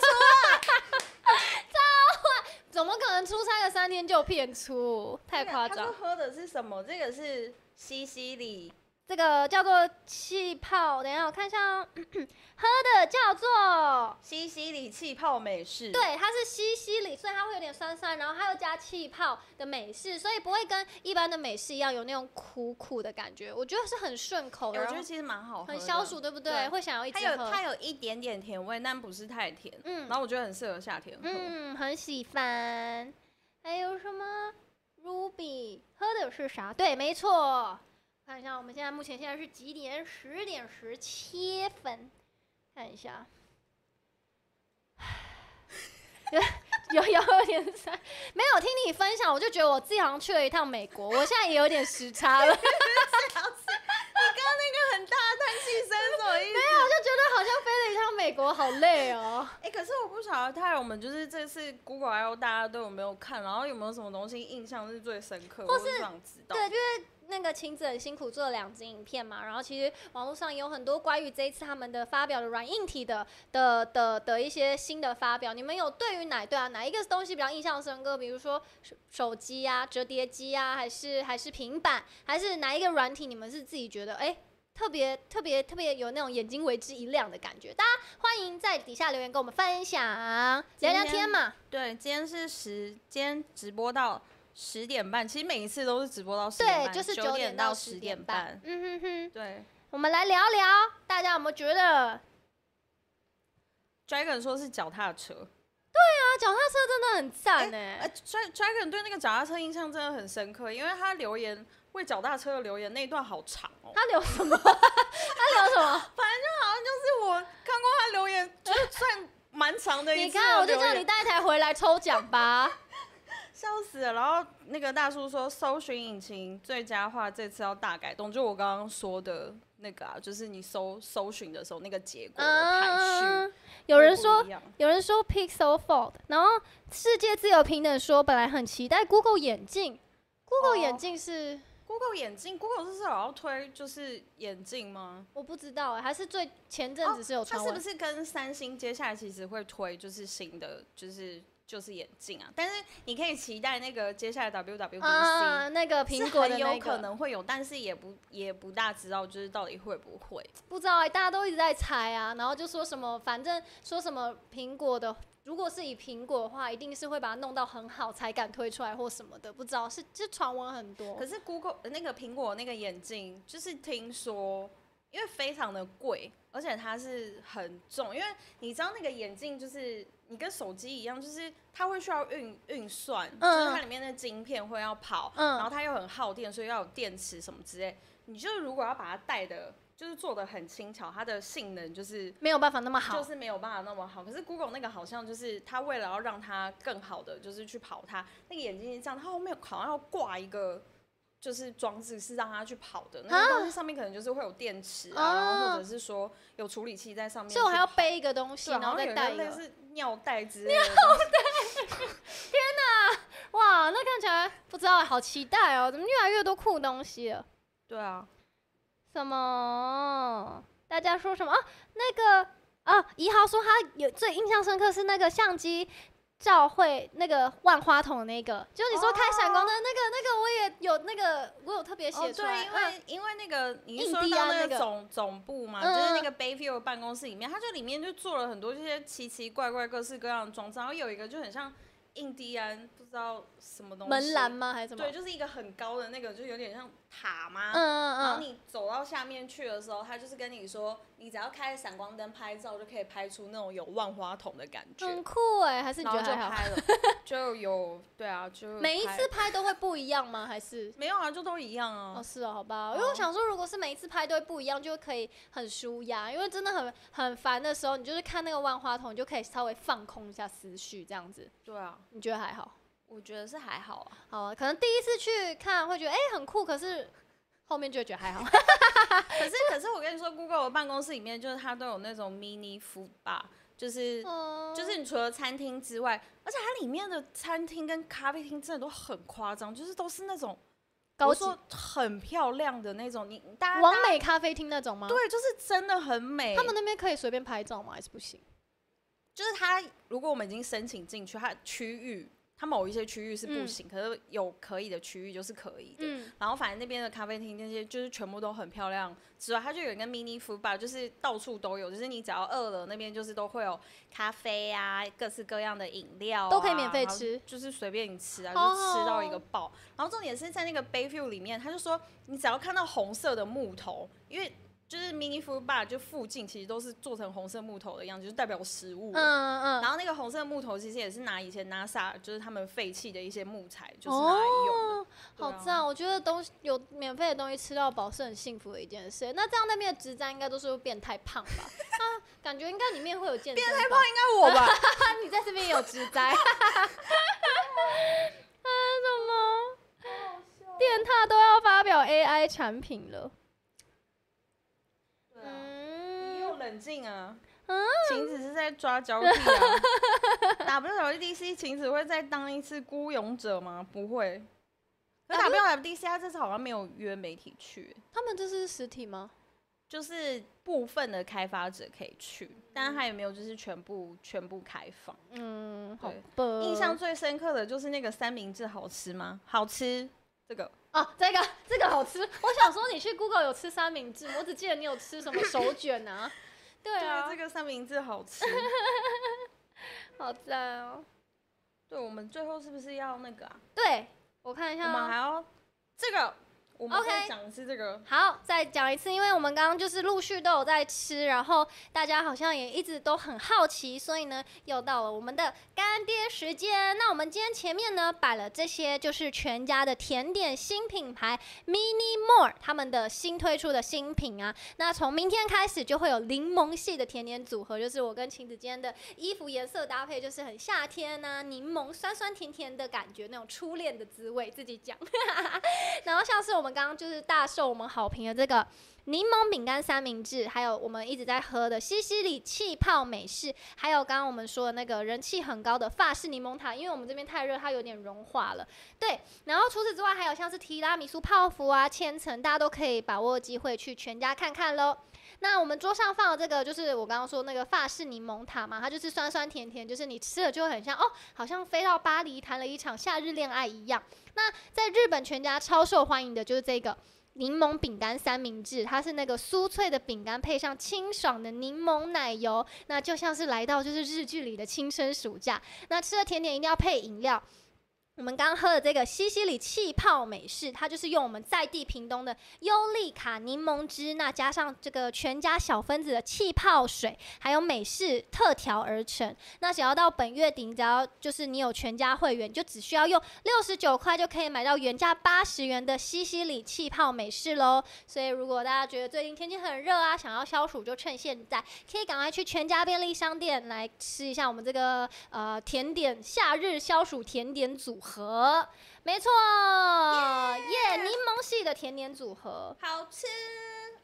怎么可能出差个三三天就片粗，太夸他张啊说。喝的是什么？这个是西西里这个叫做气泡，等一下我看一下、哦， 咳咳喝的叫做。西西里气泡美式，，哎对，它是西西里，所以它会有点酸酸，然后它又加气泡的美式，所以不会跟一般的美式一样有那种苦苦的感觉。我觉得是很顺口的，我然觉得后其实蛮好喝，很消暑，。对不对？对会想要一它直有喝。它有一点点甜味，但不是太甜，嗯然后我觉得很适合夏天喝。 嗯，很喜欢。还有什么？Ruby 喝的是啥？对，没错。看一下，我们现在目前现在是几点？十点十七分。看一 下，有有有点塞。没有听你分享，我就觉得我自己好像去了一趟美国，我现在也有点时 差了，就觉那个很大的叹气声什么意思？得好像飞了一趟美国，好累哦。哎、可是我不晓得，泰我们就是这次 Google I O 大家都有没有看，然后有没有什么东西印象是最深刻，或我是是想知道。对，就是那个晴子很辛苦做了两支影片嘛，然后其实网络上有很多关于这一次他们的发表的软硬体的的的的一些新的发表，你们有对于哪对啊哪一个东西比较印象深刻？比如说手手机啊、折叠机啊，还是还是平板，还是哪一个软体？你们是自己觉得哎？特别特别特别有那种眼睛为之一亮的感觉，大家欢迎在底下留言跟我们分享，啊今聊聊天天嘛。对，今天是十，今天直播到十点半，其实每一次都是直播到十点对，半，就是九点到十点半。。嗯哼哼。对我们来聊聊，大家有没有觉得，Dragon 说是脚踏车，啊，脚踏车真的很赞欸呢、呃，Dra-，Dragon 对那个脚踏车印象真的很深刻，因为他留言为脚踏车的留言那一段好长哦。他留什么？ 他留什 么？就是我看过他留言， 就是算蛮长的一你次看，啊的我就留叫言你带一台回来抽奖 吧。笑死了。然后那个大叔说，搜寻引擎最佳化这次要大改动，就我刚刚说的那个啊，就是你搜搜寻的时候那个结果的排序。嗯，有人会说不一样有人说 Pixel Fold，然后世界自由平等说本来很期待 Google 眼镜，Google 哦眼镜是、 Google 眼镜，Google 是有要推就是眼镜吗？我不知道哎、还是最前阵子是有哦它传是闻、不是跟三星接下来其实会推就是新的就是就是眼镜啊？但是你可以期待那个接下来 WWDC、啊？那个苹果的是很那有可个，能会有，但是也不也不大知道就是到底会不会。不知道哎、大家都一直在猜啊，然后就说什么，反正说什么苹果的，如果是以苹果的话，一定是会把它弄到很好才敢推出来或什么的，不知道是这传闻很多可。是 Google 呃那个苹果那个眼镜，就是听说，因为非常的贵，而且它是很重，因为你知道那个眼镜就是你跟手机一样，就是它会需要运运算，就是它里面的晶片会要跑，嗯然后它又很耗电，所以要有电池什么之类。你就如果要把它戴的，就是做的很轻巧，它的性能就是。没有办法那么啊好，就是没有办法那么好。可是 Google 那个好像就是它为了要让它更好的，就是去跑它那个眼睛是这样，它后面好像要挂一个。就是装置是让它去跑的，那个东西上面可能就是会有电池啊，啊然后或者是说有处理器在上面去，所以我还要背一个东西，对，然好后像再有带点一个类。似尿袋之类的东 西。哇，那看起来不知道，好期待哦！怎么越来越多酷东西了？对啊，什么？大家说什么？啊、那个啊，怡豪说他有最印象深刻是那个相机照会那个万花筒的那个，就你说开闪光灯、那个那个，我也有那个我有特别哦写出对，来，嗯因为因为那个你是说印第到安那啊那个个总总部嘛，嗯就是那个 Bayview 的办公室里面，它就里面就做了很多这些奇奇怪怪、各式各样的装置，然后有一个就很像印第安不知道什么嗯、东西门栏吗还是什么？对，就是一个很高的那个，就有点像塔嘛。嗯嗯然嗯，后你走到下面去的时候，他就是跟你说，你只要开闪光灯拍照，就可以拍出那种有万花筒的感觉。很酷哎、还是你然觉后得就还好？ 拍了，就有对啊，就每一拍次拍都会不一样吗？还是？没有啊，就都一样啊。哦，是哦，好吧，因为我哦想说，如果是每一次拍都会不一样，就可以很舒压，因为真的很很烦的时候，你就是看那个万花筒，你就可以稍微放空一下思绪，这样子，对啊，你觉得还好？我觉得是还好啊。好啊，可能第一次去看会觉得哎、很酷，可是后面就会觉得还 好。可是可是我跟你说，Google 的办公室里面就是它都有那种 mini food bar，就是。嗯，就是你除了餐厅之外，而且它里面的餐厅跟咖啡厅真的都很夸张，就是都是那种高我级说很漂亮的那种，你大家完美咖啡厅那种吗？，对，就是真的很美。他们那边可以随便拍照吗？还是不行？就是它，如果我们已经申请进去，它区域它某一些区域是不嗯行，可是有可以的区域就是可以的。嗯，然后反正那边的咖啡厅那些就是全部都很漂亮，之外它就有一个 mini food bar，就是到处都有，就是你只要饿了，那边就是都会有咖啡啊，各式各样的饮料、啊都可以免费，吃就是随便你吃啊，哦就吃到一个爆。然后重点是在那个 Bayview 里面，他就说你只要看到红色的木头，因为就是 mini food bar 就附近其实都是做成红色木头的样子，就是代表食物。嗯嗯嗯，然后那个红色木头其实也是拿以前 NASA 就是他们废弃的一些木材，就是拿来用的。对哦好啊赞！我觉得东西有免费的东西吃到饱是很幸福的一件事。那这样那边的职站应该都是会变态胖吧？ 啊，感觉应该里面会有健身。变态胖应那我 吧，该你在这边也有职灾。啊，什啊么？电挞都要发表 AI 产品了。啊你嗯，又冷静啊。嗯晴子是在抓交替啊，打 WWDC 晴子会再当一次孤勇者吗？不会。可是 WWDC 他这次好像没有约媒体去，他们这是实体吗？就是部分的开发者可以去，但是他也没有就是全部全部开放。嗯，好对吧。印象最深刻的就是那个三明治好吃吗？好吃，这个哦，这个这个好吃。我想说，你去 Google 有吃三明治吗，我只记得你有吃什么手卷啊。对啊，这个三明治 好吃。好赞哦。对，我们最后是不是要那个啊？对，我看一我下们哦、还要这个，我们 OK 再讲一次这个。好，再讲一次，因为我们刚刚就是陆续都有在吃，然后大家好像也一直都很好奇，所以呢，又到了我们的干爹时间。那我们今天前面呢摆了这些，就是全家的甜点新品牌 Mini More 他们的新推出的新品啊。那从明天开始就会有柠檬系的甜点组合，就是我跟晴子间的衣服颜色搭配，就是很夏天呐、柠檬酸酸甜甜的感觉，那种初恋的滋味，自己讲。然后像是我们刚刚就是大受我们好评的这个柠檬饼干三明治，还有我们一直在喝的西西里气泡美式，还有刚刚我们说的那个人气很高的法式柠檬塔，因为我们这边太热，它有点融化了。对，然后除此之外，还有像是提拉米苏泡芙啊、千层，大家都可以把握机会去全家看看喽。那我们桌上放的这个就是我刚刚说那个法式柠檬塔嘛，它就是酸酸甜甜，就是你吃了就会很像哦，好像飞到巴黎谈了一场夏日恋爱一样。在日本全家超受欢迎的就是这个柠檬饼干三明治，它是那个酥脆的饼干配上清爽的柠檬奶油，那就像是来到就是日剧里的青春暑假。那吃了甜点一定要配饮料。我们刚喝的这个西西里气泡美式，它就是用我们在地屏东的优利卡柠檬汁，那加上这个全家小分子的气泡水，还有美式特调而成。那只要到本月底，你只要就是你有全家会员，你就只需要用六十九块就可以买到原价八十元的西西里气泡美式喽。所以如果大家觉得最近天气很热啊，想要消暑，就趁现在，可以赶快去全家便利商店来吃一下我们这个呃甜点夏日消暑甜点组合。没错，耶，柠檬系的甜点组合。好吃。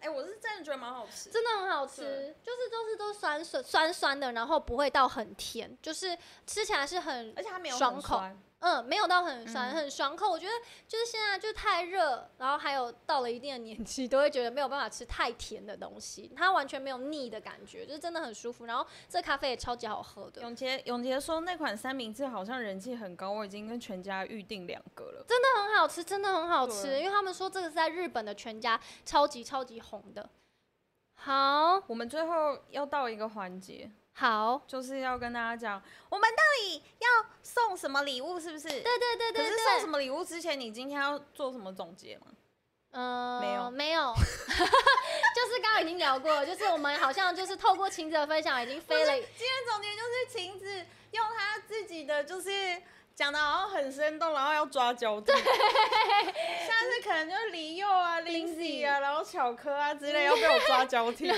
哎、我是真的觉得蛮好吃。真的很好吃对，就是都是都酸酸酸酸的，然后不会到很甜，就是吃起来是很而且它没有爽很口酸，嗯，没有到很酸，嗯很爽口。我觉得就是现在就太热，然后还有到了一定的年纪，都会觉得没有办法吃太甜的东西，它完全没有腻的感觉，就是真的很舒服。然后这咖啡也超级好喝的，永杰永杰说那款三明治好像人气很高，我已经跟全家预定两个了。真的很好吃，真的很好吃。对因为他们说这个是在日本的全家超级超级红的。好我们最后要到一个环节，好，就是要跟大家讲，我们到底要送什么礼物，是不是？对对对可对是对，送什么礼物之前，你今天要做什么总结吗？嗯，没有没有， 就是刚刚已经聊过了，就是我们好像就是透过晴子的分享已经飞了。今天总结就是晴子用她自己的，就是讲的好像很生动，然后要抓焦点。下次可能就是黎佑啊、Lindsay 啊，然后巧科啊之类，要被我抓交替。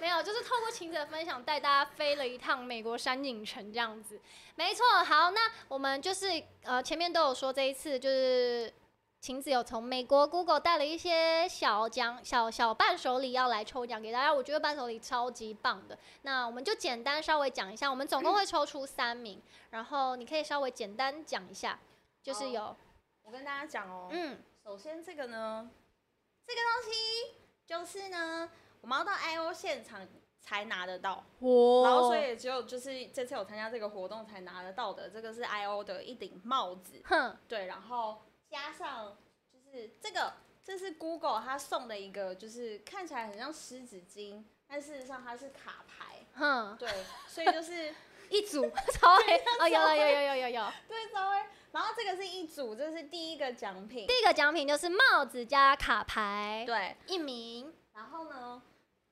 没有，就是透过晴子的分享，带大家飞了一趟美国山景城这样子。没错，好，那我们就是呃前面都有说这一次就是。晴子有从美国 Google 带了一些小奖、小小伴手礼要来抽奖给大家，我觉得伴手礼超级棒的。那我们就简单稍微讲一下，我们总共会抽出三名，然后你可以稍微简单讲一下，就是好有我跟大家讲哦，嗯首先这个呢，这个东西就是呢，我们要到 I O 现场才拿得到。哇然后所以也只有就是这次有参加这个活动才拿得到的，这个是 I O 的一顶帽子，哼，对，然后加上就是这个，这是 Google 它送的一个，就是看起来很像湿纸巾，但事实上它是卡牌，哼，对，所以就是 一组 超黑哦，有了有有有有有。对稍微，然后这个是一组，这是第一个奖品，第一个奖品就是帽子加卡牌，对，一名然后呢，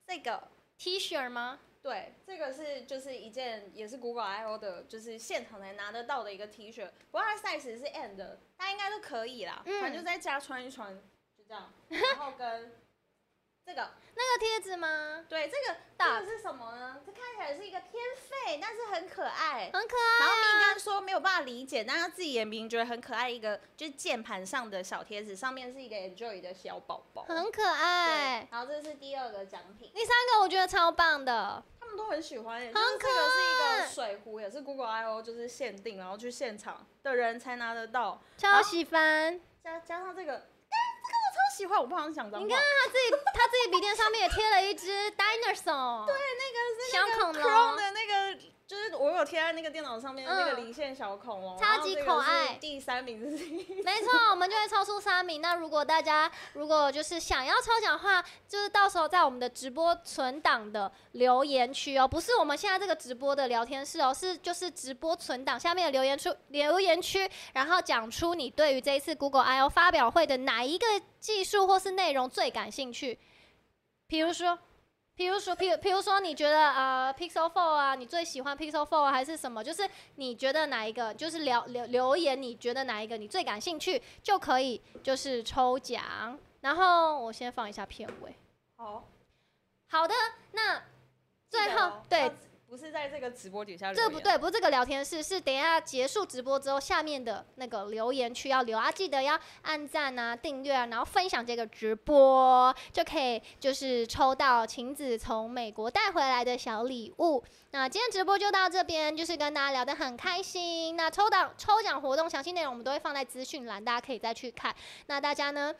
这个 T 恤吗？对，这个是就是一件也是 Google I O 的，就是现场才拿得到的一个 T 恤，不过它 size 是 M 的，大家应该都可以啦，嗯反正就在家穿一穿，就这样，然后跟这个，那个贴纸吗？对，这个大这个是什么呢？这看起来是一个偏废，但是很可爱。很可爱。然后蜜柑说没有办法理解，但他自己也明觉得很可爱，一个就是键盘上的小贴纸，上面是一个 Enjoy 的小宝宝。很可爱对，。然后这是第二个奖品。第三个我觉得超棒的，他们都很喜欢耶，很就是这可个是一爱个水壶，也是 Google I O 就是限定，然后去现场的人才拿得到。超喜欢。加加上这个，哎、这个我超喜欢，我不想讲脏话。你看啊他自己，他自己笔电上面也贴了一只 dinosaur，对，那小个是那恐个 Chrome 龙，的那个，就是我有贴在那个电脑上面的那个嗯离线小恐龙，超级然后这个是可爱第三名 这是第一 没错，我们就会超出三名。那如果大家如果就是想要抽奖的话，就是到时候在我们的直播存档的留言区哦，不是我们现在这个直播的聊天室哦，是就是直播存档下面的留言区留言区，然后讲出你对于这一次 Google I/O 发表会的哪一个技术或是内容最感兴趣，比如说。比如说，比如，比如说，你觉得呃，Pixel Four 啊，你最喜欢 Pixel Four、啊、还是什么？就是你觉得哪一个，就是留留留言，你觉得哪一个你最感兴趣，就可以就是抽奖。然后我先放一下片尾。好，好的，那最记得后、哦对要，不是在这个直播底下留这言，不对，不是这个聊天室，是等一下结束直播之后，下面的那个留言区要留啊，记得要按赞啊、订阅啊，然后分享这个直播，就可以就是抽到晴子从美国带回来的小礼物。那今天直播就到这边，就是跟大家聊得很开心。那抽到抽奖活动详细内容我们都会放在资讯栏，大家可以再去看。那大家呢？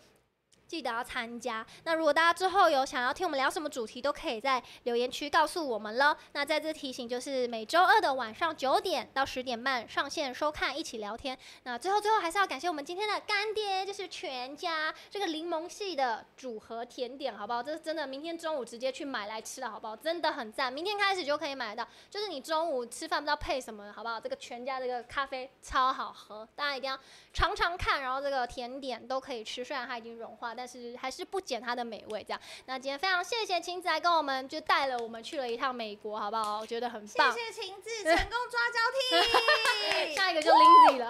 记得要参加。那如果大家之后有想要听我们聊什么主题，都可以在留言区告诉我们喽。那再次提醒，就是每周二的晚上九点到十点半上线收看，一起聊天。那最后最后还是要感谢我们今天的干爹，就是全家这个柠檬系的组合甜点，好不好？这是真的，明天中午直接去买来吃了，好不好？真的很赞，明天开始就可以买得到。就是你中午吃饭不知道配什么，好不好？这个全家这个咖啡超好喝，大家一定要常常看，然后这个甜点都可以吃，虽然它已经融化，但是还是不减它的美味。这样，那今天非常谢谢晴子来跟我们，就带了我们去了一趟美国，好不好？我觉得很棒。谢谢晴子成功抓交 替。 下一个就 Lindsay 了，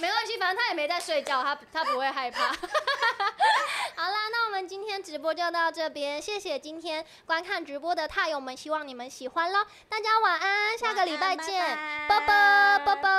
没关系，反正他也没在睡觉，他他不会害怕。 好啦，那我们今天直播就到这边，谢谢今天观看直播的踏友们，希望你们喜欢喽。大家晚安，下个礼拜见，晚安啵啵啵啵。